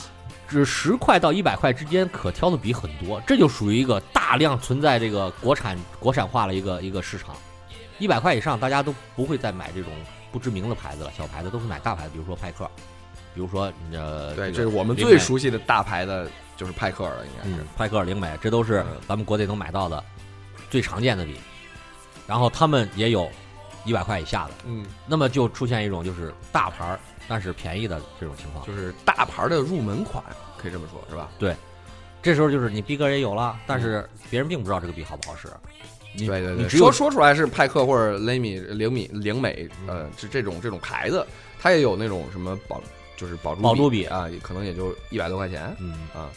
Speaker 2: 只十块到一百块之间可挑的笔很多，这就属于一个大量存在这个国产国产化的一个一个市场。一百块以上，大家都不会再买这种不知名的牌子了，小牌子都会买大牌子，比如说派克，比如说 呃，
Speaker 1: 对，这
Speaker 2: 这
Speaker 1: 是
Speaker 2: 个
Speaker 1: 我们
Speaker 2: 灵
Speaker 1: 最
Speaker 2: 美
Speaker 1: 熟悉的大牌的，就是派克尔了，应该是。
Speaker 2: 嗯，派克尔、灵美，这都是咱们国内能买到的最常见的笔。然后他们也有一百块以下的，
Speaker 1: 嗯，
Speaker 2: 那么就出现一种就是大牌儿但是便宜的这种情况。
Speaker 1: 就是大牌的入门款，可以这么说，是吧？
Speaker 2: 这时候就是你逼格也有了，但是别人并不知道这个笔好不好使。你
Speaker 1: 对对
Speaker 2: 你
Speaker 1: 对，
Speaker 2: 只有
Speaker 1: 说说出来是派克或者雷米、灵米、灵美，呃，这这种这种牌子，它也有那种什么宝，就是宝珠
Speaker 2: 宝珠笔
Speaker 1: 啊，也可能也就一百多块钱
Speaker 2: 嗯，
Speaker 1: 啊。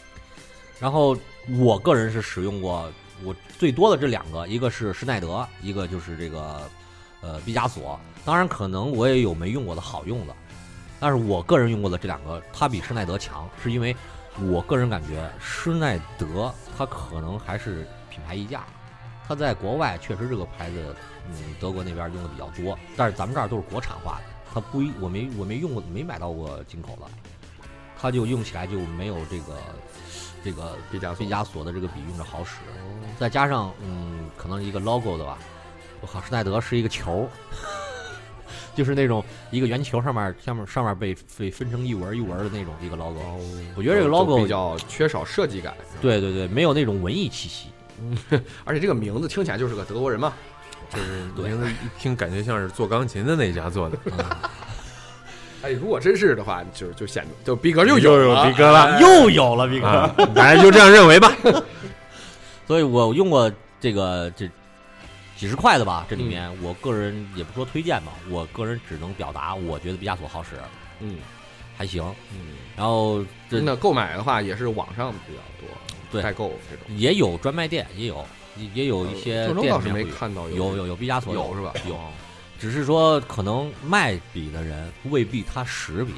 Speaker 2: 然后我个人是使用过我最多的这两个，一个是施耐德，一个就是这个呃毕加索。当然，可能我也有没用过的好用的，但是我个人用过的这两个，它比施耐德强，是因为我个人感觉施耐德它可能还是品牌溢价，它在国外确实这个牌子，嗯，德国那边用的比较多，但是咱们这儿都是国产化的，它不一我没我没用过没买到过进口的，它就用起来就没有这个这个
Speaker 1: 毕加索
Speaker 2: 毕加索的这个笔用着好使，
Speaker 1: 哦
Speaker 2: 再加上嗯，可能一个 logo 的吧，我靠，施耐德是一个球， 就是那种一个圆球上面下面上面被被分成一纹一纹的那种一个 logo，我
Speaker 1: 哦
Speaker 2: 哦觉得这个
Speaker 1: 就
Speaker 2: logo
Speaker 1: 比较缺少设计感，是吧，
Speaker 2: 对对对，没有那种文艺气息，
Speaker 1: 而且这个名字听起来就是个德国人嘛，
Speaker 2: 就是对
Speaker 3: 名字一听感觉像是做钢琴的那一家做的，
Speaker 1: 哎，如果真是的话，就就显得就逼格就
Speaker 3: 又
Speaker 1: 了
Speaker 3: 有逼格了，
Speaker 2: 又有了，毕哥。
Speaker 3: 啊，大家就这样认为吧。
Speaker 2: 所以我用过这个这几十块的吧，这里面、
Speaker 1: 嗯
Speaker 2: 我个人也不说推荐吧，我个人只能表达我觉得毕加索好使，
Speaker 1: 嗯
Speaker 2: 还行。
Speaker 1: 嗯，
Speaker 2: 然后这
Speaker 1: 真的购买的话也是网上比较多，
Speaker 2: 对
Speaker 1: 代购这种。
Speaker 2: 也有专卖店，也有也也有一些
Speaker 1: 呃郑州
Speaker 2: 店
Speaker 1: 倒
Speaker 2: 里
Speaker 1: 是
Speaker 2: 面会
Speaker 1: 没
Speaker 2: 有
Speaker 1: 看到
Speaker 2: 有有有毕加索
Speaker 1: 有是吧？哦
Speaker 2: 有，只是说可能卖笔的人未必他识笔，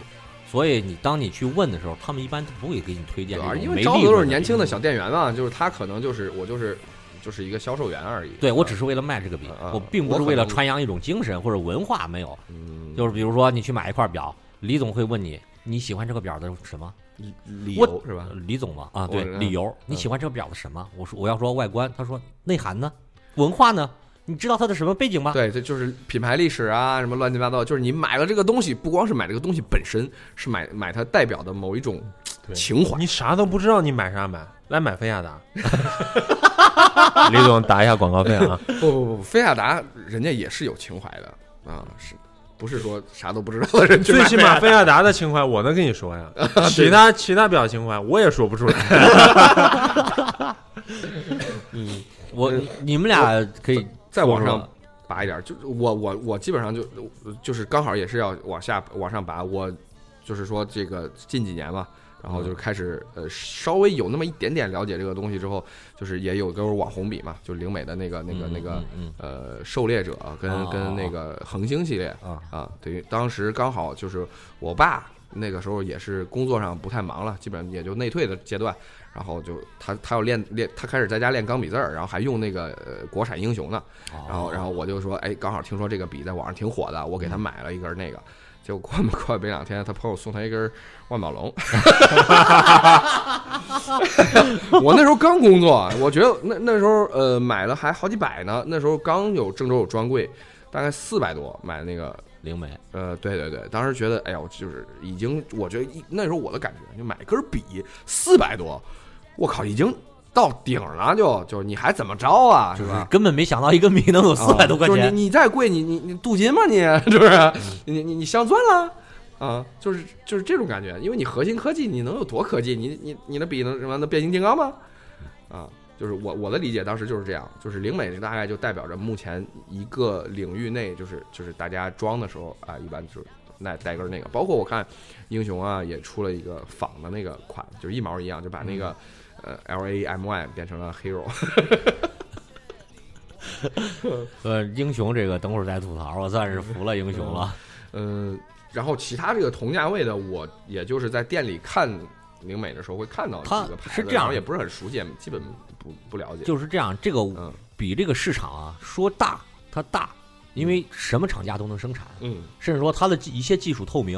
Speaker 2: 所以你当你去问的时候，他们一般都不会给你推荐
Speaker 1: 对
Speaker 2: 这
Speaker 1: 而
Speaker 2: 种
Speaker 1: 因为
Speaker 2: 没
Speaker 1: 招
Speaker 2: 利
Speaker 1: 的都
Speaker 2: 润
Speaker 1: 是年
Speaker 2: 笔
Speaker 1: 轻的小店员嘛，就是他可能就是我就是就是一个销售员而已。
Speaker 2: 对我
Speaker 1: 嗯
Speaker 2: 只是为了卖这个笔
Speaker 1: 啊啊，
Speaker 2: 我并不
Speaker 1: 我
Speaker 2: 是
Speaker 1: 可
Speaker 2: 为了
Speaker 1: 能
Speaker 2: 传扬一种精神或者文化，没有。
Speaker 1: 嗯
Speaker 2: 就是比如说你去买一块表，李总会问你你喜欢这个表的什么？
Speaker 1: 理理
Speaker 2: 我
Speaker 1: 由是吧
Speaker 2: 呃？李总嘛，啊，
Speaker 1: 我
Speaker 2: 对，
Speaker 1: 嗯
Speaker 2: 理由你喜欢这个表的什么？我说我要说外观，他说内涵呢，文化呢？你知道它的什么背景吗？
Speaker 1: 对，这就是品牌历史啊，什么乱七八糟，就是你买了这个东西，不光是买这个东西本身，是买买它代表的某一种
Speaker 3: 对
Speaker 1: 情怀。
Speaker 3: 你啥都不知道，你买啥买？来买菲亚达。 李总打一下广告费 啊！
Speaker 1: 不不不，菲亚达人家也是有情怀的啊，是不是说啥都不知道的人去
Speaker 3: 最
Speaker 1: 买
Speaker 3: 起
Speaker 1: 菲
Speaker 3: 码
Speaker 1: 亚达
Speaker 3: 菲亚达的情怀我能跟你说 呀，其他其他表情怀我也说不出来。
Speaker 2: 我你们俩可以
Speaker 1: 再往
Speaker 2: 说说
Speaker 1: 上拔一点儿，就是我我我基本上就就是刚好也是要往下往上拔，我就是说这个近几年吧，然后
Speaker 2: 嗯
Speaker 1: 就是开始呃稍微有那么一点点了解这个东西之后，就是也有跟网红比嘛，就灵美的那个那个那个
Speaker 2: 嗯嗯
Speaker 1: 呃狩猎者跟
Speaker 2: 哦哦
Speaker 1: 跟那个恒星系列
Speaker 2: 嗯啊，
Speaker 1: 啊，对于当时刚好就是我爸那个时候也是工作上不太忙了，基本上也就内退的阶段，然后就他他要练练，他开始在家练钢笔字儿，然后还用那个呃国产英雄呢，
Speaker 2: 哦
Speaker 1: 然后然后我就说，哎，刚好听说这个笔在网上挺火的，我
Speaker 2: 嗯
Speaker 1: 给他买了一根那个。结果过没过没两天，他朋友送他一根万宝龙。 我那时候刚工作，我觉得那那时候呃买了还好几百呢，那时候刚有郑州有专柜，大概四百多买那个
Speaker 2: 灵媒
Speaker 1: 呃，对对对，当时觉得，哎呀，我就是已经，我觉得一那时候我的感觉，就买根笔四百多，我靠，已经到顶了就，就你还怎么着啊，是吧？ 啊
Speaker 2: 根本没想到一个米能有四百多块
Speaker 1: 就是
Speaker 2: 钱，嗯
Speaker 1: 你你再贵，你你你镀金吗你？是不是？你你你镶钻了啊？就是就是这种感觉，因为你核心科技，你能有多科技？你你你的笔能什么能变形金刚吗？啊，就是我我的理解当时就是这样，就是灵美大概就代表着目前一个领域内，就是就是大家装的时候啊，一般就是带带根那个，包括我看英雄啊也出了一个仿的那个款，就是一毛一样，就把那个。
Speaker 2: 嗯
Speaker 1: 呃，L A M Y 变成了 Hero，
Speaker 2: 呃，英雄这个等会儿再吐槽，我算是服了英雄啊了。
Speaker 1: 嗯，然后其他这个同价位的，我也就是在店里看灵美的时候会看到
Speaker 2: 它
Speaker 1: 几个牌子，
Speaker 2: 是这样
Speaker 1: 然后也不是很熟悉，基本不不了解。
Speaker 2: 就是这样，这个
Speaker 1: 嗯
Speaker 2: 比这个市场啊，说大它大，因为什么厂家都能生产，
Speaker 1: 嗯
Speaker 2: 甚至说它的技一些技术透明，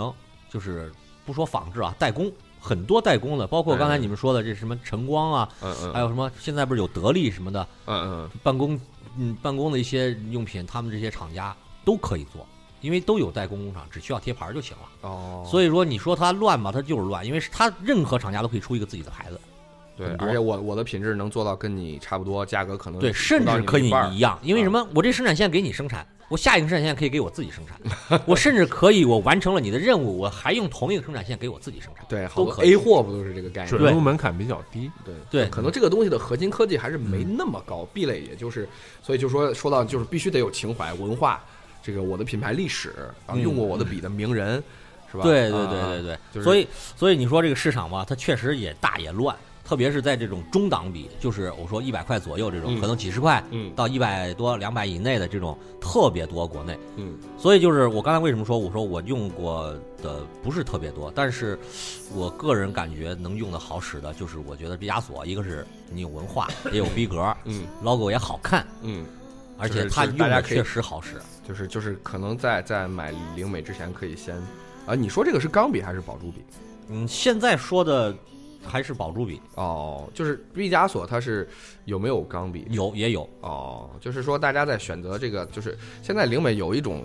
Speaker 2: 就是不说仿制啊，代工很多代工的，包括刚才
Speaker 1: 嗯
Speaker 2: 你们说的这什么晨光啊，
Speaker 1: 嗯嗯，
Speaker 2: 还有什么现在不是有得力什么的
Speaker 1: 嗯
Speaker 2: 办公，嗯，办公的一些用品，他们这些厂家都可以做，因为都有代工工厂，只需要贴牌儿就行了。
Speaker 1: 嗯哦，
Speaker 2: 所以说你说它乱吧，它就是乱，因为是它任何厂家都可以出一个自己的牌子，
Speaker 1: 对，
Speaker 2: 很多
Speaker 1: 而且我我的品质能做到跟你差不多，价格可能
Speaker 2: 对，甚至可
Speaker 1: 嗯不到你的
Speaker 2: 以一
Speaker 1: 一半儿嗯
Speaker 2: 样，因为什么？我这生产线给你生产，我下一个生产线可以给我自己 生产，我甚至可以我完成了你的任务，我还用同一个生产线给我自己生产，
Speaker 1: 对，好
Speaker 2: 都
Speaker 1: 多
Speaker 2: 可以
Speaker 1: A 货不都是这个概念？
Speaker 3: 准入门槛比较低，
Speaker 1: 对
Speaker 2: 对
Speaker 1: 可能这个东西的核心科技还是没那么高，壁垒也就是，所以就说说到就是必须得有情怀、文化，这个我的品牌历史，然后用过我的笔的名人，是吧？
Speaker 2: 嗯对对
Speaker 1: 啊
Speaker 2: 对对，
Speaker 1: 啊
Speaker 2: 对，
Speaker 1: 就是
Speaker 2: 所以所以你说这个市场吧，它确实也大也乱，特别是在这种中档比，就是我说一百块左右这种，
Speaker 1: 嗯
Speaker 2: 可能几十块
Speaker 1: 嗯
Speaker 2: 到一百多、两百以内的这种特别多，国内。
Speaker 1: 嗯
Speaker 2: 所以就是我刚才为什么说，我说我用过的不是特别多，但是我个人感觉能用的好使的，就是我觉得毕加索，一个是你有文化，也有 逼格
Speaker 1: 嗯
Speaker 2: ，logo 也好看，
Speaker 1: 嗯。
Speaker 2: 而
Speaker 1: 就是
Speaker 2: 且它
Speaker 1: 就是
Speaker 2: 用
Speaker 1: 大家
Speaker 2: 的
Speaker 1: 可以
Speaker 2: 确实好使。
Speaker 1: 就是就是可能在在买灵美之前可以先，啊，你说这个是钢笔还是宝珠笔？
Speaker 2: 嗯，现在说的还是宝珠笔，
Speaker 1: 哦，就是毕加索它是有没有钢笔？
Speaker 2: 有也有，
Speaker 1: 哦，就是说大家在选择这个，就是现在灵美有一种。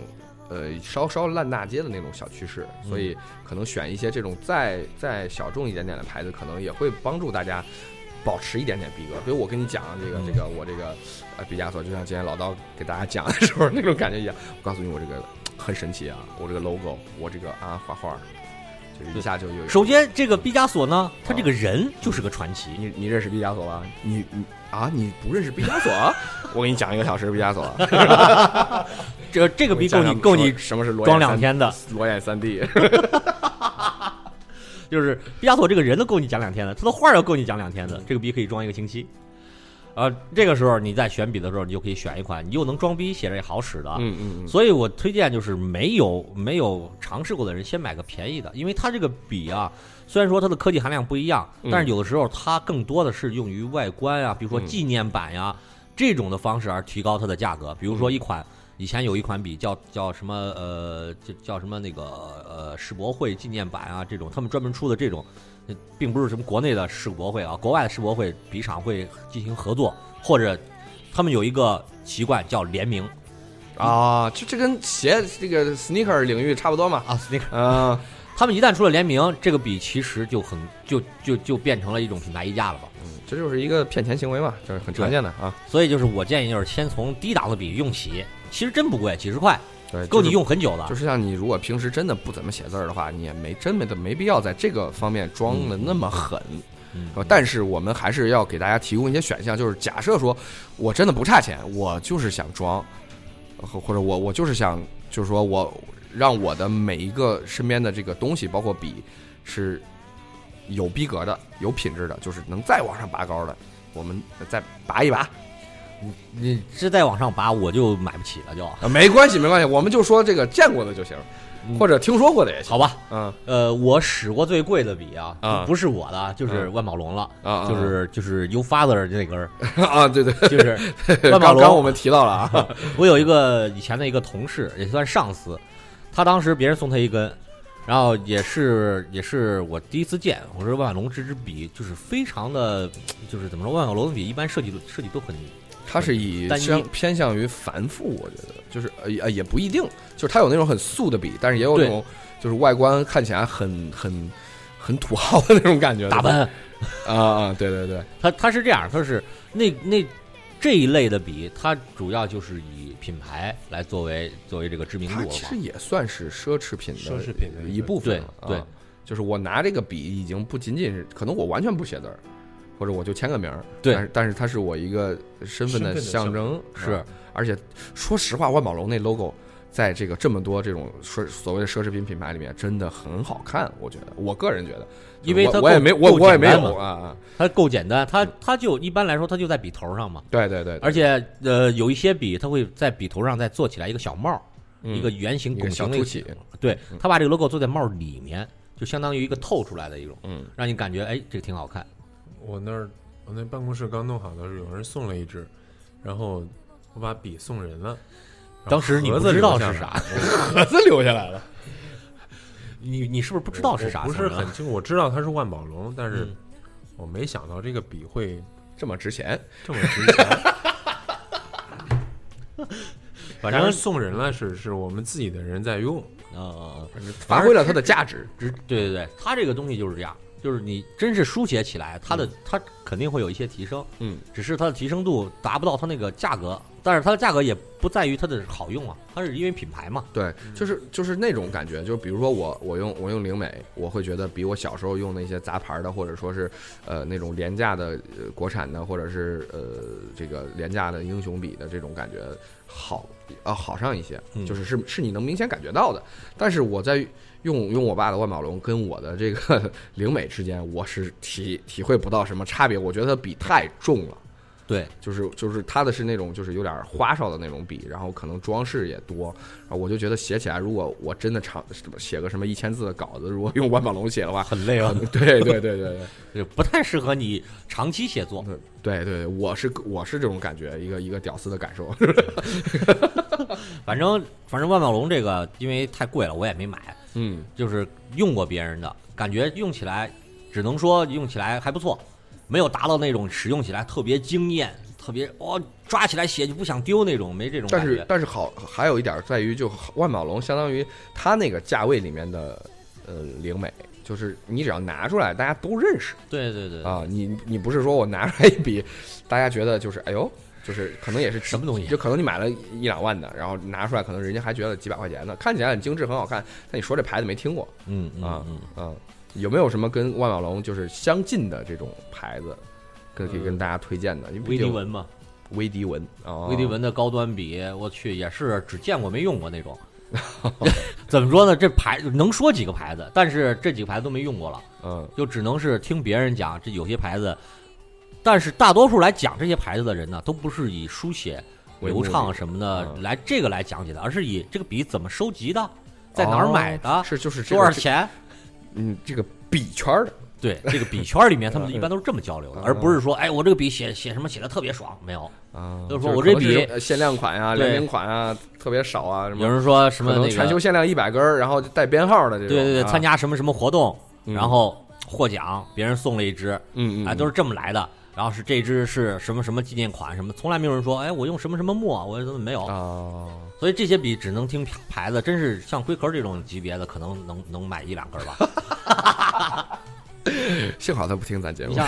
Speaker 1: 呃，稍稍烂大街的那种小趋势，所以
Speaker 2: 嗯
Speaker 1: 可能选一些这种再再小众一点点的牌子，可能也会帮助大家保持一点点逼格。比如我跟你讲这个
Speaker 2: 嗯
Speaker 1: 这个我这个呃毕加索，就像今天老刀给大家讲的时候那种感觉一样。我告诉你，我这个很神奇啊，我这个 logo，我这个啊画画，就是一下就有。
Speaker 2: 首先，这个毕加索呢，他这个人就是个传奇。
Speaker 1: 你你认识毕加索吗？你你啊，你不认识毕加索？ 我给你讲一个小时毕加索。
Speaker 2: 这这个
Speaker 1: 我给
Speaker 2: 逼够
Speaker 1: 讲
Speaker 2: 你
Speaker 1: 讲
Speaker 2: 够
Speaker 1: 什
Speaker 2: 你
Speaker 1: 么什么是裸眼
Speaker 2: 装两
Speaker 1: 三
Speaker 2: 天的，
Speaker 1: 裸眼三 D，
Speaker 2: 就是毕加索这个人都够你讲两天的，他的画儿要够你讲两天的，这个逼可以装一个星期。呃，这个时候你在选笔的时候，你就可以选一款你又能装逼，写着也好使的。啊
Speaker 1: 嗯嗯
Speaker 2: 所以我推荐就是没有没有尝试过的人，先买个便宜的，因为它这个笔啊，虽然说它的科技含量不一样，
Speaker 1: 嗯
Speaker 2: 但是有的时候它更多的是用于外观啊，比如说
Speaker 1: 嗯
Speaker 2: 纪念版呀、这种的方式而提高它的价格。比如说一款以前有一款笔叫叫什么呃，就叫什么那个呃世博会纪念版啊，这种他们专门出的这种，呃并不是什么国内的世博会啊，国外的世博会笔厂会进行合作，或者他们有一个习惯叫联名
Speaker 1: 啊，就这跟鞋这个 sneaker 领域差不多嘛。
Speaker 2: 啊，那个
Speaker 1: 啊，
Speaker 2: 他们一旦出了联名，这个笔其实就很就就就变成了一种品牌溢价了吧。
Speaker 1: 这就是一个骗钱行为嘛，这是很常见的啊。
Speaker 2: 所以就是我建议就是先从低档的笔用起，其实真不贵，几十块
Speaker 1: 对，
Speaker 2: 够你
Speaker 1: 就是。
Speaker 2: 用很久了。
Speaker 1: 就是像你如果平时真的不怎么写字儿的话，你也没真没的没必要在这个方面装的那么狠。
Speaker 2: 嗯
Speaker 1: 呃但是我们还是要给大家提供一些选项，就是假设说我真的不差钱，我就是想装，呃或或者我我就是想，就是说我让我的每一个身边的这个东西，包括笔，是有逼格的、有品质的，就是能再往上拔高的，我们再拔一 拔
Speaker 2: 你这再往上拔，我就买不起了，就
Speaker 1: 啊，没关系，没关系，我们就说这个见过的就行，
Speaker 2: 嗯
Speaker 1: 或者听说过的也行。
Speaker 2: 好吧。
Speaker 1: 嗯
Speaker 2: 呃，我使过最贵的笔啊，
Speaker 1: 啊
Speaker 2: 不是我的，就是万宝龙了，
Speaker 1: 啊啊
Speaker 2: 就是就是 You Father 这根儿，
Speaker 1: 啊，对对，
Speaker 2: 就是 万
Speaker 1: 刚
Speaker 2: 宝
Speaker 1: 刚我
Speaker 2: 龙。
Speaker 1: 们提到了 啊，
Speaker 2: 我有一个以前的一个同事，也算上司，他当时别人送他一根，然后也是也是我第一次见，我说万宝龙这支笔就是非常的，就是怎么说，万宝龙的笔一般设计都设计都很
Speaker 1: 它是以
Speaker 2: 单一
Speaker 1: 相偏向于繁复，我觉得就是呃也呃也不一定，就是它有那种很素的笔，但是也有那
Speaker 2: 对
Speaker 1: 种就是外观看起来很很很土豪的那种感觉的，
Speaker 2: 打扮。
Speaker 1: 啊啊，对对对，
Speaker 2: 它它是这样，它是那那这一类的笔，它主要就是以品牌来作为作为这个知名
Speaker 1: 它
Speaker 2: 度了
Speaker 1: 其
Speaker 2: 嘛
Speaker 1: 实。也算是奢侈品的
Speaker 3: 奢侈品的
Speaker 1: 一部分了，
Speaker 2: 对对
Speaker 1: 啊就是我拿这个笔已经不仅仅是，可能我完全不写字儿，或者我就签个名儿，
Speaker 2: 对
Speaker 1: 但是但是它是我一个身份
Speaker 3: 身份
Speaker 1: 的
Speaker 3: 的
Speaker 1: 象
Speaker 3: 象
Speaker 1: 征，
Speaker 2: 是
Speaker 1: 啊而且说实话，万宝龙那 logo 在这个这么多这种奢所谓的奢侈品品牌里面，真的很好看。我觉得，我个人觉得，
Speaker 2: 因为
Speaker 1: 我
Speaker 2: 它
Speaker 1: 我也
Speaker 2: 够
Speaker 1: 没我
Speaker 2: 够
Speaker 1: 我也
Speaker 2: 简
Speaker 1: 没
Speaker 2: 单
Speaker 1: 有
Speaker 2: 嘛
Speaker 1: 啊啊，
Speaker 2: 它够简单，它它就一般来说它就在笔头上嘛。
Speaker 1: 对对对，
Speaker 2: 而且呃，有一些笔它会在笔头上再做起来一个小帽儿，
Speaker 1: 嗯
Speaker 2: 一个圆形
Speaker 1: 一个
Speaker 2: 拱
Speaker 1: 小
Speaker 2: 形的
Speaker 1: 凸起，
Speaker 2: 对，它把这个 logo 做在帽儿里面，就相当于一个透出来的一种，
Speaker 1: 嗯，
Speaker 2: 让你感觉哎，这个挺好看。
Speaker 3: 我那儿我那办公室刚弄好的时候，有人送了一支，然后我把笔送人了。然后
Speaker 2: 当时你
Speaker 3: 盒
Speaker 2: 不
Speaker 3: 子
Speaker 2: 知道
Speaker 3: 留下
Speaker 2: 是
Speaker 3: 来
Speaker 2: 啥，
Speaker 1: 盒子留下来了。
Speaker 2: 你你是不是不知道是啥？
Speaker 3: 我不
Speaker 2: 小
Speaker 3: 是
Speaker 2: 明
Speaker 3: 很清楚。我知道它是万宝龙，但是
Speaker 2: 嗯
Speaker 3: 我没想到这个笔会
Speaker 1: 这么值钱，
Speaker 3: 这么值 钱。
Speaker 2: 反
Speaker 3: 但
Speaker 2: 正
Speaker 3: 是送人了是是我们自己的人在用，
Speaker 2: 呃，
Speaker 1: 发挥了它的价值。
Speaker 2: 只对对对，它这个东西就是这样，就是你真是书写起来，它的、它肯定会有一些提升，
Speaker 1: 嗯，
Speaker 2: 只是它的提升度达不到它那个价格，但是它的价格也不在于它的好用啊，它是因为品牌嘛，
Speaker 1: 对，就是就是那种感觉，就比如说我我用我用灵美，我会觉得比我小时候用那些杂牌的，或者说是呃那种廉价的、呃、国产的，或者是呃这个廉价的英雄笔的这种感觉好呃好上一些，
Speaker 2: 嗯
Speaker 1: 就是是是你能明显感觉到的。但是我在用用我爸的万宝龙跟我的这个 灵美之间，我是体体会不到什么差别，我觉得它笔太重了。
Speaker 2: 对，
Speaker 1: 就是就是它的是那种就是有点花哨的那种笔，然后可能装饰也多，然后我就觉得写起来，如果我真的长写个什么一千字的稿子，如果用万宝龙写的话，
Speaker 2: 很累啊，
Speaker 1: 对对对对对
Speaker 2: 就不太适合你长期写作。
Speaker 1: 对对对，我是我是这种感觉，一个一个屌丝的感受。
Speaker 2: 反正反正万宝龙这个因为太贵了，我也没买，
Speaker 1: 嗯，
Speaker 2: 就是用过别人的，感觉用起来只能说用起来还不错，没有达到那种使用起来特别惊艳。特别哦，抓起来写就不想丢那种，没这种
Speaker 1: 但
Speaker 2: 感
Speaker 1: 是
Speaker 2: 觉。
Speaker 1: 但是好，还有一点在于，就万宝龙相当于它那个价位里面的呃灵美，就是你只要拿出来，大家都认识。
Speaker 2: 对对对，
Speaker 1: 啊，你你不是说我拿出来一笔，大家觉得就是哎呦，就是可能也是
Speaker 2: 什么东西啊
Speaker 1: 就可能你买了一两万的，然后拿出来，可能人家还觉得几百块钱呢，看起来很精致，很好看，但你说这牌子没听过
Speaker 2: 嗯嗯
Speaker 1: 啊
Speaker 2: 嗯，
Speaker 1: 嗯，有没有什么跟万宝龙就是相近的这种牌子，跟可以跟大家推荐的？因为
Speaker 2: 嗯威
Speaker 1: 毕
Speaker 2: 迪
Speaker 1: 竟
Speaker 2: 文嘛，
Speaker 1: 威迪文啊，
Speaker 2: 威迪文的高端笔，我去也是只见过没用过 那种。怎么说呢？这牌能说几个牌子，但是这几个牌子都没用过了，
Speaker 1: 嗯，
Speaker 2: 就只能是听别人讲。这有些牌子，但是大多数来讲这些牌子的人呢，都不是以书写
Speaker 1: 为
Speaker 2: 流
Speaker 1: 目
Speaker 2: 畅
Speaker 1: 的
Speaker 2: 什么
Speaker 1: 嗯
Speaker 2: 的
Speaker 1: 哦
Speaker 2: 来这个来讲解的，而是以这个笔怎么收集的，在哪儿买的，
Speaker 1: 是就是这
Speaker 2: 多少
Speaker 1: 个
Speaker 2: 钱。
Speaker 1: 嗯这个笔圈儿的
Speaker 2: 对这个笔圈里面，他
Speaker 1: 嗯
Speaker 2: 们一般都是这么交流的，而不是说，哎，我这个笔写写什么写的特别爽，没有。
Speaker 1: 啊，
Speaker 2: 就是说我这
Speaker 1: 可能
Speaker 2: 笔
Speaker 1: 呃限量款啊、
Speaker 2: 对
Speaker 1: 联名款啊，特别少啊，什
Speaker 2: 有
Speaker 1: 么
Speaker 2: 人说什
Speaker 1: 可
Speaker 2: 么
Speaker 1: 能
Speaker 2: 那
Speaker 1: 全球
Speaker 2: 个，
Speaker 1: 限量一百根儿，然后就带编号的这
Speaker 2: 对
Speaker 1: 种啊，
Speaker 2: 对对，参加什么什么活动，
Speaker 1: 嗯
Speaker 2: 然后获奖，别人送了一支，
Speaker 1: 嗯嗯，
Speaker 2: 哎，都
Speaker 1: 是
Speaker 2: 是这么来的。然后是这支是什么什么纪念款，什么从来没有人说，哎，我用什么什么墨，我怎么没有？
Speaker 1: 啊，
Speaker 2: 所以这些笔只能听牌子，真是像龟壳这种级别的，可能能能买一两根吧。
Speaker 1: 幸好他不听咱节
Speaker 2: 你
Speaker 1: 目
Speaker 2: 像，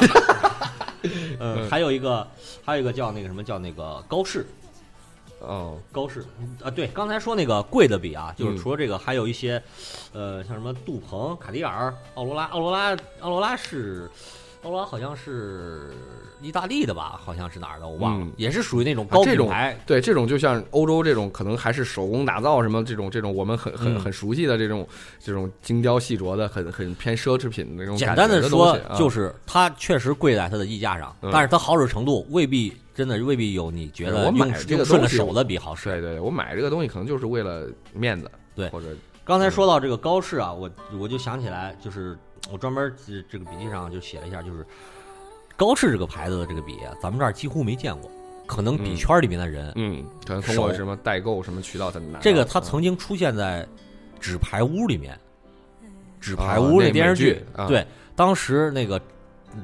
Speaker 2: 呃，还有一个，还有一个叫那个什么叫那个高适，
Speaker 1: 哦，
Speaker 2: 高适啊，对，刚才说那个贵的笔啊，就
Speaker 1: 嗯
Speaker 2: 是除了这个，还有一些，呃，像什么杜鹏、卡地尔、奥罗拉、奥罗拉、奥罗拉是。奥罗拉好像是意大利的吧，好像是哪儿的，我忘了，
Speaker 1: 嗯
Speaker 2: 也是属于那种
Speaker 1: 啊
Speaker 2: 高
Speaker 1: 这
Speaker 2: 品
Speaker 1: 种
Speaker 2: 牌，
Speaker 1: 对，这种就像欧洲这种，可能还是手工打造什么这种这种我们很很
Speaker 2: 嗯
Speaker 1: 很熟悉的这种这种精雕细琢的，很很偏奢侈品的那种
Speaker 2: 简
Speaker 1: 感
Speaker 2: 单
Speaker 1: 觉
Speaker 2: 的
Speaker 1: 的啊
Speaker 2: 说，就是是它确实贵在它的溢价上，
Speaker 1: 嗯
Speaker 2: 但是它好使程度未必真的未必有你觉
Speaker 1: 对
Speaker 2: 得
Speaker 1: 我买
Speaker 2: 用
Speaker 1: 这个
Speaker 2: 用顺了
Speaker 1: 东西
Speaker 2: 手的笔好使。
Speaker 1: 对对，对我买这个东西可能就是为了面子，
Speaker 2: 对
Speaker 1: 或者
Speaker 2: 刚才说到这个高适啊，我我就想起来，就是我专门这这个笔记上就写了一下，就是高适这个牌子的这个笔，啊咱们这儿几乎没见过，可能笔
Speaker 1: 嗯
Speaker 2: 圈里面的人，
Speaker 1: 嗯，可能通过
Speaker 2: 手
Speaker 1: 什么代购什么渠道才能拿到。
Speaker 2: 这个它
Speaker 1: 嗯
Speaker 2: 曾经出现在纸牌屋里面，纸
Speaker 1: 啊
Speaker 2: 牌屋
Speaker 1: 那
Speaker 2: 电视
Speaker 1: 美
Speaker 2: 剧，
Speaker 1: 剧啊
Speaker 2: 对，当时那个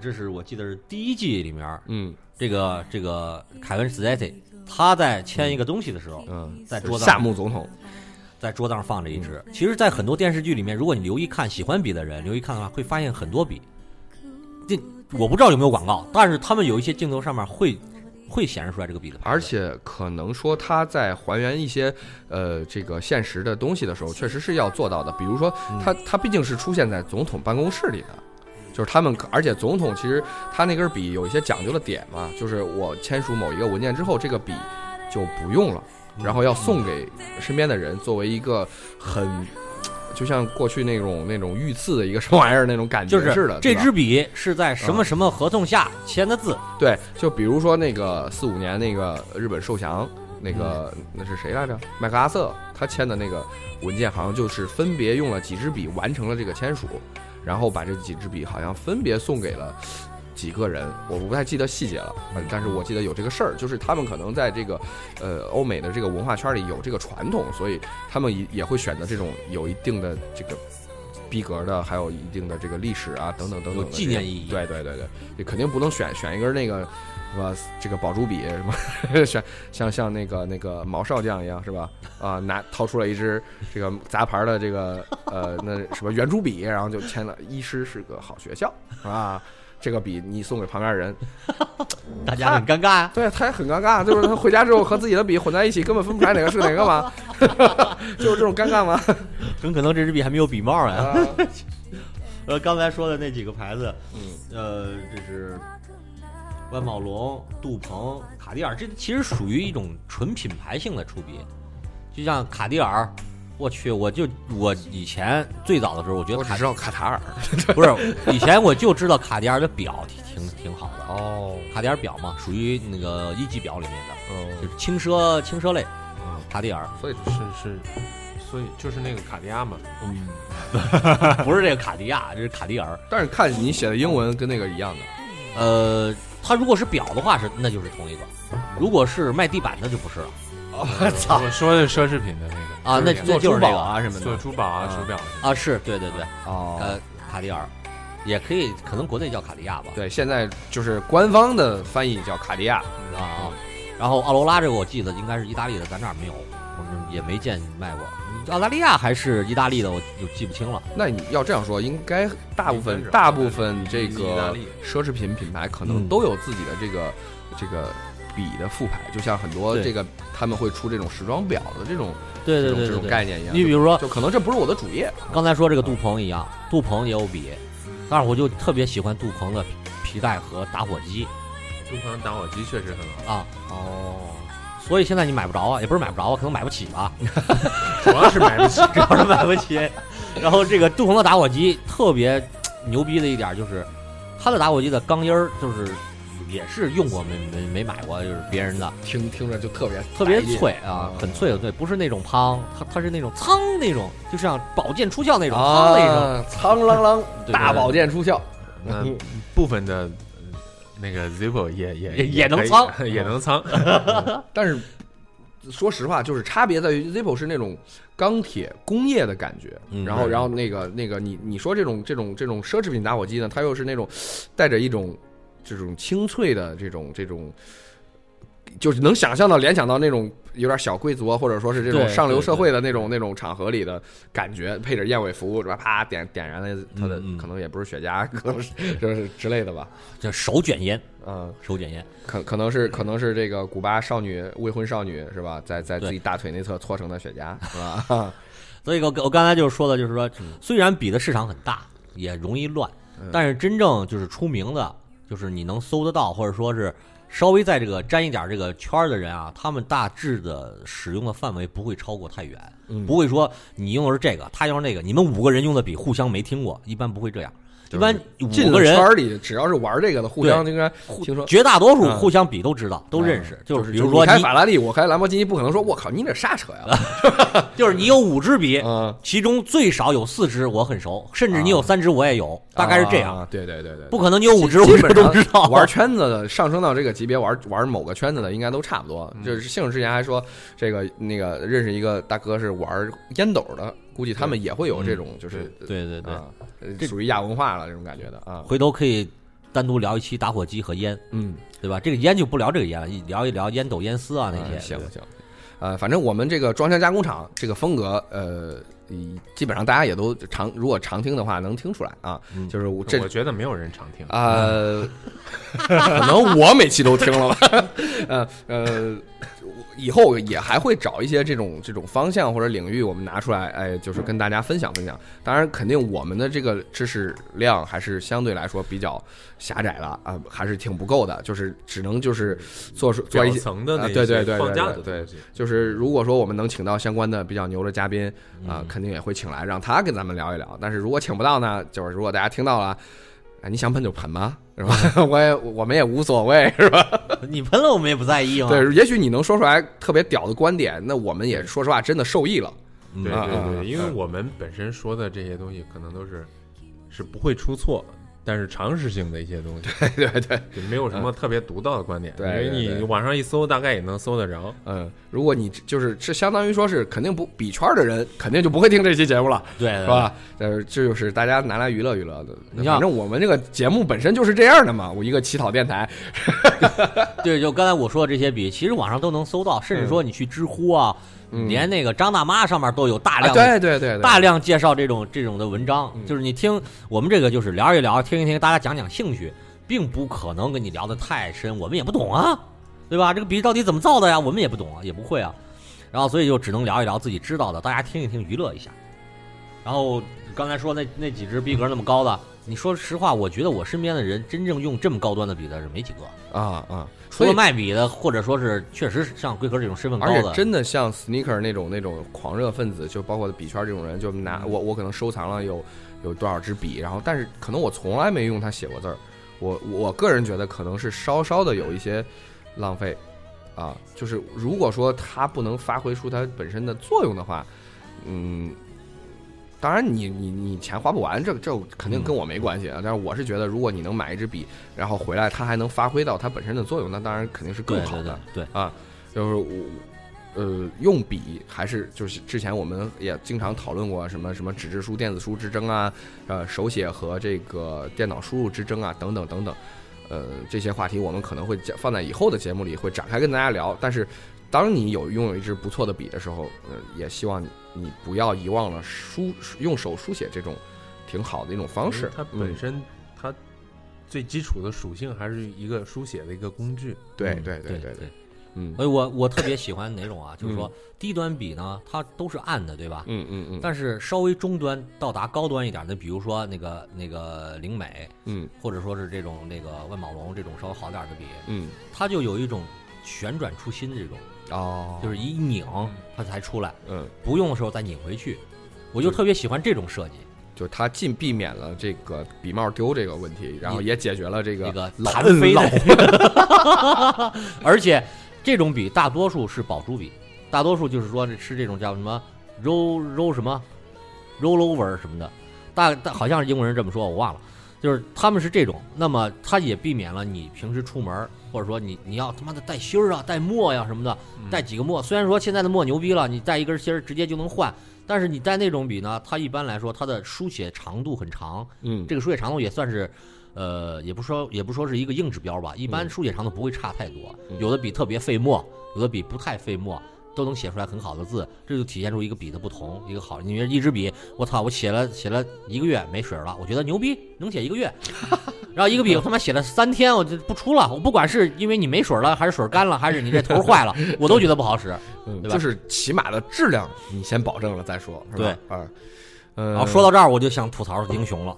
Speaker 2: 这是我记得是第一季里面，
Speaker 1: 嗯
Speaker 2: 这个这个凯文史黛西，他在签一个东西的时候，
Speaker 1: 嗯，
Speaker 2: 在桌子
Speaker 1: 夏
Speaker 2: 上
Speaker 1: 目总统，
Speaker 2: 在桌子上放着一支。其实，在很多电视剧里面，如果你留意看喜欢笔的人，留意看的话，会发现很多笔。这我不知道有没有广告，但是他们有一些镜头上面会会显示出来这个笔的牌子。
Speaker 1: 而且可能说他在还原一些呃这个现实的东西的时候，确实是要做到的。比如说
Speaker 2: 嗯
Speaker 1: 他他毕竟是出现在总统办公室里的。就是他们，而且总统其实他那根笔有一些讲究的点嘛，就是我签署某一个文件之后，这个笔就不用了，
Speaker 2: 嗯
Speaker 1: 然后要送给身边的人，作为一个很，就像过去那种那种御赐的一个什么玩意儿那种感觉
Speaker 2: 就
Speaker 1: 似
Speaker 2: 是
Speaker 1: 的。
Speaker 2: 这
Speaker 1: 对吧嗯
Speaker 2: 支笔是在什么什么合同下签的字，
Speaker 1: 对，就比如说那个四五年那个日本受降，那个、那是谁来着？麦克阿瑟他签的那个文件，好像就是分别用了几支笔完成了这个签署，然后把这几支笔好像分别送给了。几个人，我不太记得细节了，
Speaker 2: 嗯
Speaker 1: 呃但是我记得有这个事儿，就是他们可能在这个，呃，欧美的这个文化圈里有这个传统，所以他们也也会选择这种有一定的这个逼格的，还有一定的这个历史啊等等等等
Speaker 2: 有
Speaker 1: 的
Speaker 2: 纪
Speaker 1: 这
Speaker 2: 念
Speaker 1: 种
Speaker 2: 意义
Speaker 1: 对对对对，这肯定不能选选一根那个什么这个宝珠笔什么， 选像像那个那个毛少将一样是吧？啊、拿掏出了一支这个杂牌的这个呃那什么圆珠笔，然后就签了。医师是个好学校是吧？这个笔你送给旁边人，
Speaker 2: 大家很尴尬啊呀、
Speaker 1: 对，他也很尴尬，就是他回家之后和自己的笔混在一起，根本分不出来哪个是哪个嘛， 就是这种尴尬嘛。
Speaker 2: 很可能这支笔还没有笔帽啊。
Speaker 1: 啊
Speaker 2: 呃，刚才说的那几个牌子，嗯，呃，这是万宝龙、杜鹏、卡地尔，这其实属于一种纯品牌性的出笔。就像卡地尔，我去，我就我以前最早的时候，我觉得
Speaker 1: 我只
Speaker 2: 卡
Speaker 1: 知道卡塔尔。
Speaker 2: 不是以前我就知道卡地尔的表挺挺好的，
Speaker 1: 哦，
Speaker 2: 卡地尔表嘛，属于那个一级表里面的，就
Speaker 1: 嗯，
Speaker 2: 是轻奢轻奢类，卡地尔，
Speaker 1: 所以
Speaker 3: 是是，所以就是那个卡地亚嘛，
Speaker 2: 嗯，不是这个卡地亚，这是卡地尔，
Speaker 1: 但是看你写的英文跟那个一样的。
Speaker 2: 呃，它如果是表的话是那就是同一个，如果是卖地板的就不是了
Speaker 1: 我操！
Speaker 3: 我说的奢侈品的那个
Speaker 2: 啊，那
Speaker 3: 就是
Speaker 2: 那就是
Speaker 1: 珠
Speaker 2: 那
Speaker 1: 宝
Speaker 2: 个
Speaker 1: 啊什么的
Speaker 3: 做珠宝啊、
Speaker 1: 啊
Speaker 3: 手表啊，
Speaker 2: 啊，是对对对，
Speaker 1: 哦，
Speaker 2: 呃，卡地尔，也可以，可能国内叫卡地亚吧，
Speaker 1: 对，现在就是官方的翻译叫卡地亚。
Speaker 2: 啊，然后奥罗拉这个我记得应该是意大利的，咱这儿没有，我们也没见卖过，澳大利亚还是意大利的，我就记不清了，
Speaker 1: 那你要这样说，应该大部
Speaker 3: 应该
Speaker 1: 分
Speaker 3: 是
Speaker 1: 大部分这
Speaker 3: 意大
Speaker 1: 个
Speaker 3: 利
Speaker 1: 奢侈品品牌可
Speaker 2: 嗯
Speaker 1: 能都有自己的这个这个笔的副牌，就像很多
Speaker 2: 对
Speaker 1: 这个他们会出这种时装表的这种这
Speaker 2: 对对
Speaker 1: 种
Speaker 2: 对
Speaker 1: 这
Speaker 2: 对
Speaker 1: 种
Speaker 2: 对，
Speaker 1: 概念一样。
Speaker 2: 你比如说
Speaker 1: 就可能这不是我的主业，
Speaker 2: 刚才说这个杜鹏一样，杜鹏也有笔，但是我就特别喜欢杜鹏的皮带和打火机。
Speaker 3: 杜鹏打火机确实很好，
Speaker 2: 啊，哦，所以现在你买不着啊，也不是买不着啊，可能买不起吧，
Speaker 3: 主要是买不 起。
Speaker 2: 主要是买不起。然后这个杜鹏的打火机特别牛逼的一点就是，他的打火机的钢音儿就是也是用过没没没买过，就是别人的，
Speaker 1: 听听着就特别
Speaker 2: 特别
Speaker 1: 来劲
Speaker 2: 脆啊，很脆很脆，不是那种砰，它它是那种苍那种，就像宝剑出鞘那种，
Speaker 1: 啊
Speaker 2: 苍的一声，，
Speaker 1: 苍啷啷，
Speaker 2: 对
Speaker 1: 大宝剑出鞘，
Speaker 3: 那部分的呃那个 Zippo 也也
Speaker 2: 也也能
Speaker 3: 可以
Speaker 2: 藏
Speaker 3: 也能藏。
Speaker 1: 啊但是说实话，就是差别在于 Zippo 是那种钢铁工业的感觉，
Speaker 2: 嗯
Speaker 1: 然后
Speaker 2: 对
Speaker 1: 然后那个那个你你说这种这种这种奢侈品打火机呢，它又是那种带着一种这种清脆的这种这种。就是能想象到联想到那种有点小贵族啊，或者说是这种
Speaker 2: 对
Speaker 1: 上流
Speaker 2: 对
Speaker 1: 社会的那种那种场合里的感觉，配着燕尾服是吧？啪点点燃了它的
Speaker 2: 嗯嗯，
Speaker 1: 可能也不是雪茄，可能是就是之类的吧。
Speaker 2: 叫手卷烟，
Speaker 1: 嗯，
Speaker 2: 手卷烟，
Speaker 1: 可可能是可能是这个古巴少女未婚少女是吧，在在自己大腿内侧搓成的雪茄是 吧？
Speaker 2: 所以我我刚才就是说的，就是说，
Speaker 1: 嗯
Speaker 2: 虽然比的市场很大，也容易乱，但是真正就是出名的，就是你能搜得到，或者说是稍微在这个沾一点这个圈儿的人啊，他们大致的使用的范围不会超过太远，
Speaker 1: 嗯
Speaker 2: 不会说你用的是这个，他用的是那个，你们五个人用的笔互相没听过，一般不会这样，一般
Speaker 1: 进了
Speaker 2: 五个人
Speaker 1: 圈。儿里，只要是玩这个的，互相应该听说。
Speaker 2: 绝大多数
Speaker 1: 嗯
Speaker 2: 互相比都知道，都认识。
Speaker 1: 就是是
Speaker 2: 比如说
Speaker 1: 你开
Speaker 2: 你，
Speaker 1: 法拉利，我开兰博基尼，不可能说我靠你这啥车呀？
Speaker 2: 就是你有五支笔，
Speaker 1: 嗯，
Speaker 2: 其中最少有四支我很熟，甚至你有三支我也有，大概是这样。
Speaker 1: 啊。对对对对，
Speaker 2: 不可能你有五支，
Speaker 1: 基
Speaker 2: 我
Speaker 1: 本
Speaker 2: 都知道。
Speaker 1: 上玩圈子的上升到这个级别，玩玩某个圈子的应该都差不多。就是杏儿之前还说，这个那个认识一个大哥是玩烟斗的，估计他们也会有这种就是
Speaker 2: 嗯对对对，
Speaker 1: 啊，呃属于亚文化了这种感觉的啊。
Speaker 2: 回头可以单独聊一期打火机和烟，
Speaker 1: 嗯，
Speaker 2: 对吧？这个烟就不聊这个烟了，一聊一聊烟斗、烟丝啊那些。
Speaker 1: 嗯行
Speaker 2: 对
Speaker 1: 行，呃，反正我们这个装箱加工厂这个风格，呃，以基本上大家也都常如果常听的话能听出来啊，
Speaker 2: 嗯
Speaker 1: 就是我这
Speaker 3: 我觉得没有人常听，
Speaker 1: 呃，可能我每期都听了吧， 呃呃，以后也还会找一些这种这种方向或者领域，我们拿出来，哎，就是跟大家分享分享。当然，肯定我们的这个知识量还是相对来说比较狭窄了啊、还是挺不够的，就是只能就是做出做一
Speaker 3: 表
Speaker 1: 些。
Speaker 3: 层的那
Speaker 1: 啊
Speaker 3: 些
Speaker 1: 对对对对
Speaker 3: 放假的
Speaker 1: 对对
Speaker 3: 东西
Speaker 1: 就是如果说我们能请到相关的比较牛的嘉宾
Speaker 2: 嗯
Speaker 1: 啊、肯定也会请来，让他跟咱们聊一聊。但是如果请不到呢，就是如果大家听到了，哎，你想喷就喷吧，是
Speaker 2: 嗯
Speaker 1: 吧？ 我也我们也无所谓，是吧？
Speaker 2: 你喷了我们也不在意嘛。
Speaker 1: 对，也许你能说出来特别屌的观点，那我们也说实话真的受益了。
Speaker 2: 嗯
Speaker 3: 对
Speaker 1: 啊啊
Speaker 3: 对
Speaker 1: 啊
Speaker 3: 对，因为我们本身说的这些东西可能都是是不会出错，但是常识性的一些东西，
Speaker 1: 对对对，嗯
Speaker 3: 就没有什么特别独到的观点，
Speaker 1: 对
Speaker 3: 因为
Speaker 1: 对对
Speaker 3: 你网上一搜，大概也能搜得着。
Speaker 1: 嗯，如果你就是这相当于说是肯定不比圈儿的人，肯定就不会听这期节目了。
Speaker 2: 对对
Speaker 1: 是？吧？呃，这就是大家拿来娱乐娱乐的。
Speaker 2: 你像
Speaker 1: 反正我们这个节目本身就是这样的嘛，我一个乞讨电台，
Speaker 2: 对，就刚才我说的这些笔，其实网上都能搜到，
Speaker 1: 嗯
Speaker 2: 甚至说你去知乎啊，连那个张大妈上面都有大量的
Speaker 1: 啊对对对对，嗯
Speaker 2: 大量介绍这种这种的文章，就是你听我们这个就是聊一聊，听一听，大家讲讲兴趣，并不可能跟你聊得太深，我们也不懂啊，对吧？这个笔到底怎么造的呀？我们也不懂啊，也不会啊，然后所以就只能聊一聊自己知道的，大家听一听，娱乐一下。然后刚才说那那几支逼格那么高的，你说实话，我觉得我身边的人真正用这么高端的笔的是没几个，
Speaker 1: 啊啊，
Speaker 2: 除
Speaker 1: 所
Speaker 2: 了
Speaker 1: 以
Speaker 2: 卖笔的，或者说是确实像龟壳这种身份高
Speaker 1: 而且
Speaker 2: 的，
Speaker 1: 真的像 sneaker 那种那种狂热分子，就包括笔圈这种人，就拿
Speaker 2: 嗯
Speaker 1: 我我可能收藏了有有多少支笔，然后但是可能我从来没用它写过字儿，我我个人觉得可能是稍稍的有一些浪费啊，就是如果说它不能发挥出它本身的作用的话，嗯。当然你，你你钱花不完，这这肯
Speaker 2: 嗯
Speaker 1: 定跟我没关系啊。但是我是觉得，如果你能买一支笔，然后回来它还能发挥到它本身的作用，那当然肯定是
Speaker 2: 对
Speaker 1: 更好
Speaker 2: 对
Speaker 1: 的。
Speaker 2: 对对，
Speaker 1: 就是我，呃，用笔还是就是之前我们也经常讨论过什么什么纸质书、电子书之争啊，呃，手写和这个电脑输入之争啊，等等等等，呃，这些话题我们可能会讲放在以后的节目里会展开跟大家聊。但是，当你有拥有一支不错的笔的时候，呃，也希望你你不要遗忘了书用手书写这种挺好的一种方
Speaker 3: 因
Speaker 1: 式
Speaker 3: 为。它
Speaker 1: 嗯
Speaker 3: 本身它最基础的属性还是一个书写的一个工具，
Speaker 1: 对
Speaker 2: 嗯
Speaker 1: 对
Speaker 2: 对
Speaker 1: 对
Speaker 2: 对
Speaker 1: 对，嗯
Speaker 2: 所以我我特别喜欢哪种啊？就是说低端笔呢，它都是暗的，对吧？
Speaker 1: 嗯嗯嗯，
Speaker 2: 但是稍微中端到达高端一点的，比如说那个那个灵美，
Speaker 1: 嗯
Speaker 2: 或者说是这种那个万宝龙这种稍微好点的笔，
Speaker 1: 嗯
Speaker 2: 它就有一种旋转出新这种，
Speaker 1: 哦，
Speaker 2: 就是一拧它才出来，
Speaker 1: 嗯。
Speaker 2: 不用的时候再拧回去。我就特别喜欢这种设计，
Speaker 1: 就它尽避免了这个笔帽丢这个问题，然后也解决了这
Speaker 2: 那个
Speaker 1: 个老
Speaker 2: 弹
Speaker 1: 摁
Speaker 2: 飞
Speaker 1: 老
Speaker 2: 的， 而且这种笔大多数是宝珠笔，大多数就是说是这种叫什么 roll roll 什么 rollover 什么的，大大好像是英文人这么说，我忘了。就是他们是这种，那么他也避免了你平时出门儿，或者说你你要他妈的带芯儿啊、带墨呀、什么的，
Speaker 1: 嗯
Speaker 2: 带几个墨。虽然说现在的墨牛逼了，你带一根芯儿直接就能换，但是你带那种笔呢，它一般来说它的书写长度很长，
Speaker 1: 嗯，
Speaker 2: 这个书写长度也算是，呃，也不说也不说是一个硬指标吧，一般书写长度不会差太多。
Speaker 1: 嗯
Speaker 2: 有的笔特别费墨，有的笔不太费墨，都能写出来很好的字，这就体现出一个笔的不同，一个好。你说一支笔，我操，我写了写了一个月没水了，我觉得牛逼，能写一 个月。然后一个笔我他妈写了三天，我就不出了。我不管是因为你没水了，还是水干了，还是你这头坏了， 我都觉得不好使。
Speaker 1: 嗯
Speaker 2: 对吧
Speaker 1: 就是起码的质量你先保证了再说，是吧？啊，嗯，
Speaker 2: 然后说到这儿，我就想吐槽英雄了。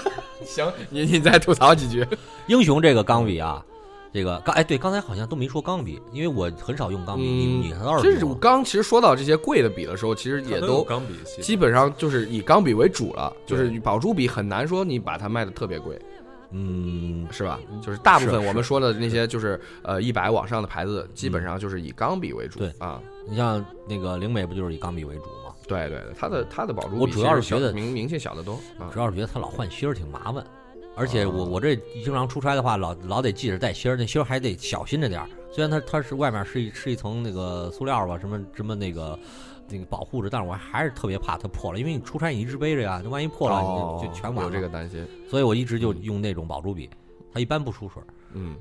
Speaker 1: 行，你 你再吐槽几 句，
Speaker 2: 英雄这个钢笔啊，这个刚哎对，刚才好像都没说钢笔，因为我很少用钢笔，你你倒
Speaker 1: 这
Speaker 2: 是
Speaker 1: 是我
Speaker 2: 用
Speaker 1: 刚嗯其实说到这些贵的笔的时候，其实也
Speaker 3: 它有
Speaker 1: 都
Speaker 3: 钢笔系
Speaker 1: 基本上就是以钢笔为主了，就是宝珠笔很难说你把它卖的特别贵，
Speaker 2: 嗯
Speaker 1: 是吧？就是大部
Speaker 2: 是
Speaker 1: 分
Speaker 2: 是嗯
Speaker 1: 我们说的那些就是呃一百往上的牌子，基本上就是以钢笔为主
Speaker 2: 对
Speaker 1: 啊。
Speaker 2: 你像那个灵美不就是以钢笔为主吗？
Speaker 1: 对对，对嗯它的它的宝珠笔
Speaker 2: 我主要是
Speaker 1: 其实
Speaker 2: 觉得
Speaker 1: 名名气小得多啊
Speaker 2: 主。要是觉得它老换芯儿挺麻烦，而且我
Speaker 1: 啊
Speaker 2: 我这经常出差的话，老老得记着带芯儿，那芯儿还得小心着点儿。虽然它它是外面是一是一层那个塑料吧，什么什么那个那个保护着，但是我还是特别怕它破了，因为你出差你一直背着呀，那万一破了
Speaker 1: 哦
Speaker 2: 你就就全完
Speaker 1: 有
Speaker 2: 了。
Speaker 1: 这个担心，
Speaker 2: 所以我一直就用那种宝珠笔，它一般不出水儿。
Speaker 1: 嗯。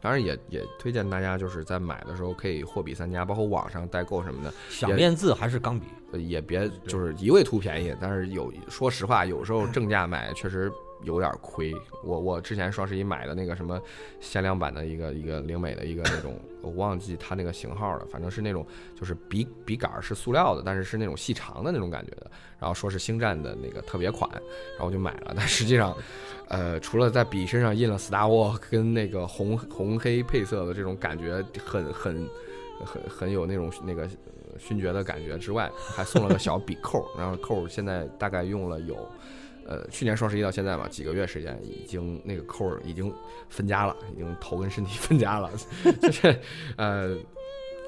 Speaker 1: 当然也也推荐大家，就是在买的时候可以货比三家，包括网上代购什么的，
Speaker 2: 想练字还是钢笔。
Speaker 1: 呃也别就是一味图便宜，但是有说实话，有时候正价买确实有点亏。我我之前双十一买的那个什么限量版的一个一个灵美的一个那种，我忘记它那个型号了，反正是那种就是笔笔杆儿是塑料的，但是是那种细长的那种感觉的，然后说是星战的那个特别款，然后我就买了，但实际上。呃，除了在笔身上印了 Star War 跟那个红红黑配色的这种感觉很很很很有那种那个呃勋爵的感觉之外，还送了个小笔扣儿，然后扣儿现在大概用了有，呃，去年双十一到现在嘛，几个月时间，已经那个扣儿已经分家了，已经头跟身体 分家了，就是呃，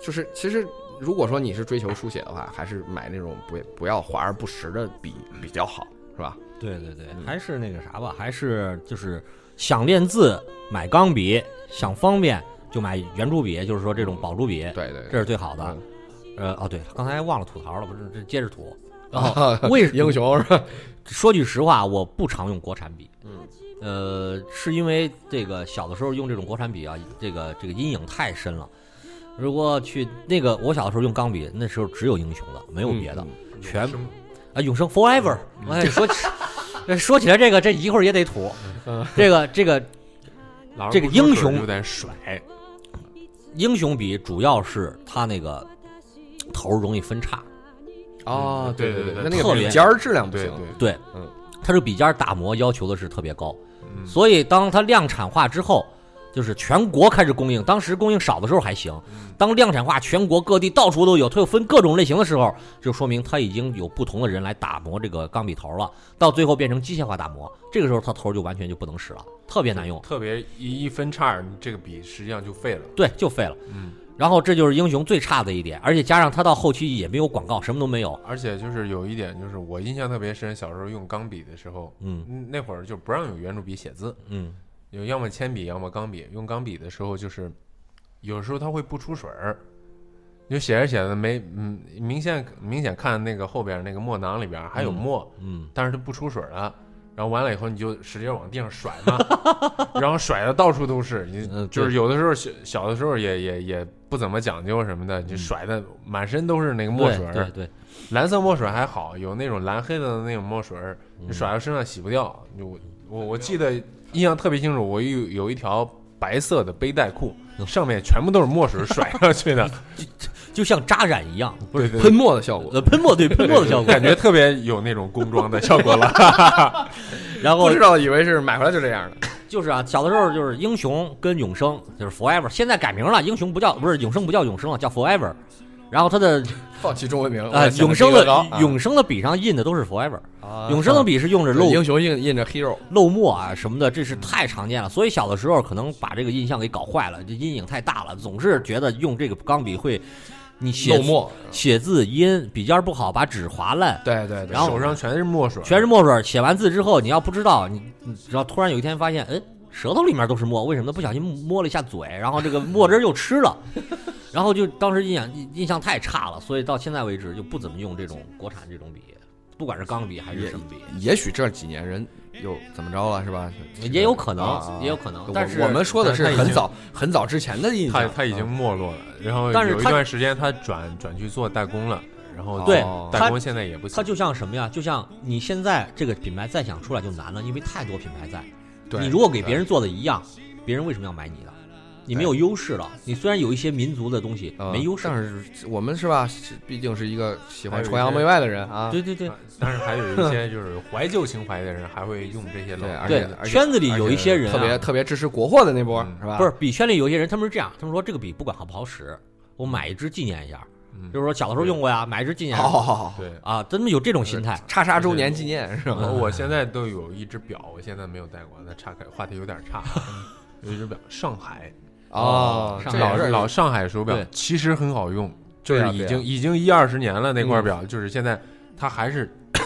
Speaker 1: 就是其实如果说你是追求书写的话，还是买那种不不要华而不实的笔比较好，是吧？
Speaker 2: 对对对
Speaker 1: 嗯，
Speaker 2: 还是那个啥吧，还是就是想练字买钢笔，想方便就买圆珠笔，就是说这种宝珠笔，
Speaker 1: 对对，
Speaker 2: 这是最好的
Speaker 1: 嗯。
Speaker 2: 呃，哦对，刚才忘了吐槽了，不是这接着吐。 然后
Speaker 1: 啊，
Speaker 2: 为
Speaker 1: 英雄是吧？
Speaker 2: 说句实话，我不常用国产笔。
Speaker 1: 嗯，
Speaker 2: 呃，是因为这个小的时候用这种国产笔啊，这个这个阴影太深了。如果去那个，我小的时候用钢笔，那时候只有英雄的，没有别的。
Speaker 1: 嗯
Speaker 2: 全啊，永生 forever。哎，说起呃说起来这个，这一会儿也得吐。这个这个
Speaker 3: 老
Speaker 2: 这个英雄
Speaker 3: 有点甩，
Speaker 2: 英雄笔主要是它那个头儿容易分叉，
Speaker 1: 哦，对
Speaker 3: 对
Speaker 1: 对
Speaker 3: 对
Speaker 1: 那
Speaker 2: 嗯特
Speaker 1: 那个
Speaker 2: 别
Speaker 1: 笔尖儿质量不
Speaker 3: 对
Speaker 1: 行，
Speaker 3: 对，
Speaker 2: 对，
Speaker 1: 嗯，
Speaker 2: 它这个笔尖儿打磨要求的是特别高，
Speaker 3: 嗯
Speaker 2: 所以当它量产化之后。就是全国开始供应，当时供应少的时候还行，当量产化全国各地到处都有，它又分各种类型的时候，就说明它已经有不同的人来打磨这个钢笔头了，到最后变成机械化打磨，这个时候它头儿就完全就不能使了，特别难用。
Speaker 3: 特别一一分叉，你这个笔实际上就废了。
Speaker 2: 对，就废了。
Speaker 3: 嗯，
Speaker 2: 然后这就是英雄最差的一点，而且加上他到后期也没有广告，什么都没有。
Speaker 3: 而且就是有一点，就是我印象特别深，小时候用钢笔的时候，
Speaker 2: 嗯
Speaker 3: 嗯那会儿就不让用圆珠笔写字，
Speaker 2: 嗯，
Speaker 3: 有要么铅笔，要么钢笔。用钢笔的时候，就是有时候它会不出水儿，你就写着写着没，嗯，明显明显看那个后边那个墨囊里边还有墨，
Speaker 2: 嗯，
Speaker 3: 但是它不出水了。然后完了以后，你就使劲往地上甩 嘛，然后甩的到处都是。你
Speaker 2: 嗯
Speaker 3: 就是
Speaker 2: 对
Speaker 3: 有的时候小小的时候也也也不怎么讲究什么的，你就甩的满身都是那个墨水
Speaker 2: 嗯对
Speaker 3: 儿。
Speaker 2: 对对，
Speaker 3: 蓝色墨水还好，有那种蓝黑的那种墨水儿，
Speaker 2: 嗯
Speaker 3: 你甩到身上洗不掉。你我我我记得印象特别清楚，我有有一条白色的背带裤，
Speaker 2: 嗯
Speaker 3: 上面全部都是墨水甩上去 的，
Speaker 2: 就像扎染一样，
Speaker 3: 不是
Speaker 1: 喷墨的效果，
Speaker 2: 呃，喷墨 对喷墨的效果。
Speaker 3: 感觉特别有那种工装的效果了。
Speaker 2: 然
Speaker 1: 不
Speaker 2: 后
Speaker 1: 知道以为是买回来就这样的，
Speaker 2: 就是啊，小的时候就是英雄跟永生，就是 forever，现在改名了，英雄不叫不是永生不叫永生了，叫 forever。然后他的
Speaker 1: 放弃中文名
Speaker 2: 呃永生的永
Speaker 1: 永
Speaker 2: 生的笔上印的都是 forever，永
Speaker 3: 啊
Speaker 2: 生的笔是用着
Speaker 1: 英
Speaker 2: 漏
Speaker 1: 雄印印着 hero，
Speaker 2: 漏墨啊什么的，这是太常见了。所以小的时候可能把这个印象给搞坏了，这阴影太大了，总是觉得用这个钢笔会你写
Speaker 1: 漏墨，嗯
Speaker 2: 写字音笔尖儿不好，把纸划烂，
Speaker 1: 对对对，
Speaker 2: 然后
Speaker 3: 手上全是墨水，
Speaker 2: 全是墨水儿。写完字之后，你要不知道，你然后突然有一天发现，哎，舌头里面都是沫，为什么呢？不小心摸了一下嘴，然后这个墨汁儿又吃 了，然后就当时印象印印象太差了，所以到现在为止就不怎么用这种国产这种笔，不管是钢笔还是什么笔，
Speaker 1: 也许这几年人又怎么着了，是吧？
Speaker 2: 也有可能，
Speaker 1: 啊
Speaker 2: 也有可能
Speaker 1: 我。
Speaker 2: 但是
Speaker 1: 我们说的是
Speaker 3: 但是他已
Speaker 1: 很
Speaker 3: 经
Speaker 1: 早很早之前的印
Speaker 3: 他
Speaker 1: 象，
Speaker 3: 他已经没落了，然后
Speaker 2: 嗯但是
Speaker 3: 有一
Speaker 2: 他
Speaker 3: 段时间他转转去做代工了，然后
Speaker 2: 对
Speaker 1: 哦
Speaker 3: 代工现在也不
Speaker 2: 它
Speaker 3: 行，
Speaker 2: 就像什么呀？就像你现在这个品牌再想出来就难了，因为太多品牌在。
Speaker 1: 对
Speaker 2: 你如果给别人做的一样，别人为什么要买你的？你没有优势了。你虽然有一些民族的东西
Speaker 1: 呃
Speaker 2: 没优势，
Speaker 1: 但是我们是吧？是毕竟是一个喜欢
Speaker 3: 还有一
Speaker 1: 崇洋
Speaker 3: 些
Speaker 1: 媚外的人啊，
Speaker 2: 对对对
Speaker 3: 呃但是还有一些就是怀旧情怀的人还会用这些
Speaker 1: 对，而且
Speaker 3: 老
Speaker 2: 对
Speaker 1: 而，且
Speaker 2: 圈子里有一些人啊
Speaker 1: 特别特别支持国货的那波
Speaker 3: 嗯
Speaker 1: 是吧？
Speaker 2: 不是笔圈里有一些人，他们是这样，他们说这个笔不管好不好使，我买一支纪念一下。
Speaker 3: 嗯
Speaker 2: 就是说小的时候用过呀，买一支纪念。
Speaker 1: 好好好好，
Speaker 3: 对。
Speaker 2: 啊，真的有这种心态。
Speaker 1: 叉叉周年纪念是吧？
Speaker 3: 我我现在都有一只表，我现在没有戴过，那岔开话题有点岔。啊 有一只表，上海
Speaker 1: 哦，
Speaker 2: 上
Speaker 1: 这
Speaker 3: 老
Speaker 1: 也是
Speaker 3: 老上海手表
Speaker 2: 对，
Speaker 3: 其实很好用，就
Speaker 1: 对啊
Speaker 3: 是已
Speaker 1: 对啊嗯
Speaker 3: 经已经一二十年了那块表，就是现在它还是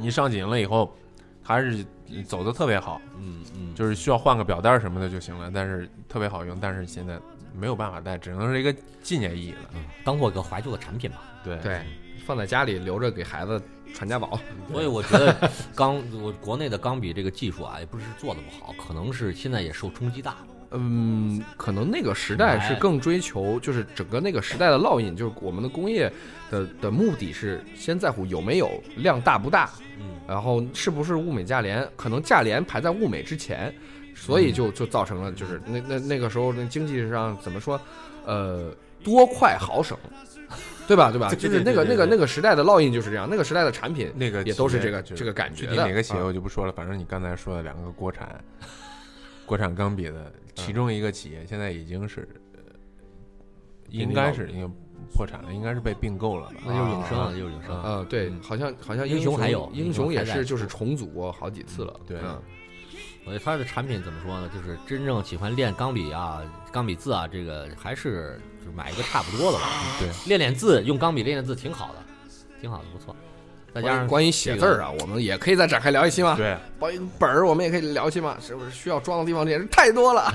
Speaker 3: 你上紧了以后，还是走的特别好。
Speaker 2: 嗯嗯，
Speaker 3: 就是需要换个表带儿什么的就行了，但是特别好用，但是现在没有办法戴，只能是一个纪念意义了。
Speaker 2: 嗯当做一个怀旧的产品吧。
Speaker 3: 对
Speaker 1: 对，放在家里留着给孩子传家宝。
Speaker 2: 所以我觉得钢， 我国内的钢笔这个技术啊，也不是做的不好，可能是现在也受冲击大。
Speaker 1: 嗯，可能那个时代是更追求，就是整个那个时代的烙印，就是我们的工业的的目的是先在乎有没有量大不大，
Speaker 2: 嗯，
Speaker 1: 然后是不是物美价廉，可能价廉排在物美之前，所以就就造成了就是那那那个时候那经济上怎么说，呃，多快好省，对吧？对吧？
Speaker 3: 对
Speaker 1: 就
Speaker 3: 对
Speaker 1: 是那个
Speaker 3: 对对
Speaker 1: 那个
Speaker 3: 对嗯
Speaker 1: 那个时代的烙印就是这样，那个时代的产品
Speaker 3: 那个
Speaker 1: 也都是
Speaker 3: 企业
Speaker 1: 这个
Speaker 3: 就是
Speaker 1: 这个感觉
Speaker 3: 具体
Speaker 1: 的
Speaker 3: 哪个企业
Speaker 1: 啊
Speaker 3: 我就不说了，反正你刚才说的两个国产，国产钢笔的其中一个企业现在已经是，呃应该是已经破产了，应该是被并购了吧？啊
Speaker 2: 那就是永生了，就是永生了。
Speaker 1: 呃，对，
Speaker 3: 嗯
Speaker 1: 好像好像
Speaker 2: 英雄还有
Speaker 1: 英
Speaker 2: 英
Speaker 1: 雄
Speaker 2: 雄
Speaker 1: 也
Speaker 2: 还在
Speaker 1: 是就是重组过好几次了，
Speaker 3: 对
Speaker 1: 嗯
Speaker 2: 我觉得它的产品怎么说呢？就是真正喜欢练钢笔啊、钢笔字啊，这个还是就买一个差不多的吧。
Speaker 3: 对，
Speaker 2: 练练字，用钢笔练练字挺好的，挺好的，不错。再加上
Speaker 1: 关于写字儿啊，我们也可以再展开聊一期吗？
Speaker 3: 对，
Speaker 1: 包一个本儿，我们也可以聊一期嘛，是不是需要装的地方简直太多了？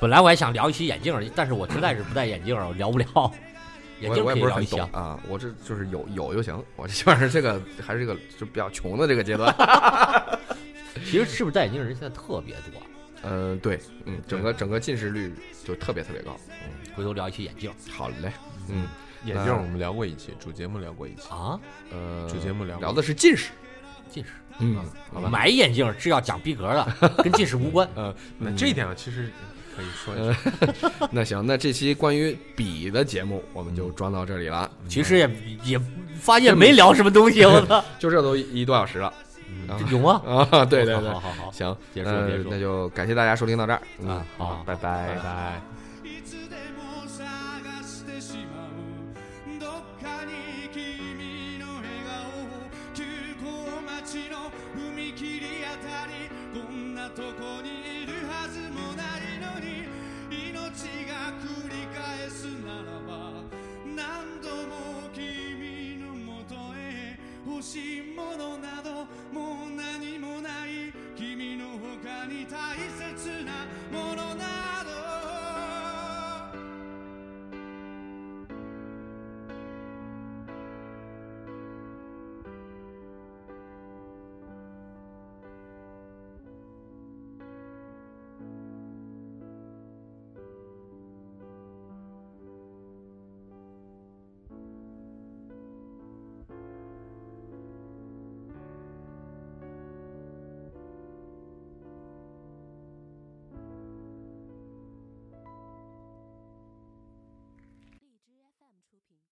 Speaker 2: 本来我还想聊一期眼镜儿，但是我实在是不戴眼镜儿，我聊 不了。眼
Speaker 1: 我
Speaker 2: 镜儿
Speaker 1: 我
Speaker 2: 可
Speaker 1: 也
Speaker 2: 以
Speaker 1: 不是
Speaker 2: 聊
Speaker 1: 很
Speaker 2: 一期
Speaker 1: 懂
Speaker 2: 啊，
Speaker 1: 啊，我这就是有有就行，我这玩意儿这个还是这个就比较穷的这个阶段。
Speaker 2: 其实是不是戴眼镜儿人现在特别多啊？
Speaker 1: 嗯，对，嗯，整个整个近视率就特别特别高。
Speaker 2: 回头聊一期眼镜儿
Speaker 1: 好嘞，嗯，
Speaker 3: 眼镜儿我们聊过一期，主节目聊过一期，
Speaker 2: 啊，
Speaker 1: 呃，
Speaker 3: 主节目聊过
Speaker 1: 聊的是近视，
Speaker 2: 近视。
Speaker 1: 嗯，好吧，
Speaker 2: 买眼镜儿是要讲逼格的，跟近视无关。
Speaker 1: 呃，
Speaker 3: 那这一点其实可以说一下。
Speaker 1: 那行，那这期关于笔的节目我们就装到这里了，
Speaker 2: 其实也也发现没聊什么东西，我操！
Speaker 1: 就这都一一多小时了啊
Speaker 2: 有吗？
Speaker 1: 啊， 对对对
Speaker 2: 好，好好，
Speaker 1: 行，
Speaker 2: 别说
Speaker 1: 呃
Speaker 2: 别说
Speaker 1: 那就感谢大家收听到这儿，嗯
Speaker 2: 啊好
Speaker 1: 拜拜
Speaker 2: 拜拜。
Speaker 4: いつでも探してしまうどっかに君の笑顔急行待ちの踏切あたりこんなとこにいるはずもないのに命が繰り返すならば何度も君のもとへ欲しいものなどもう何もない君の他に大切なもの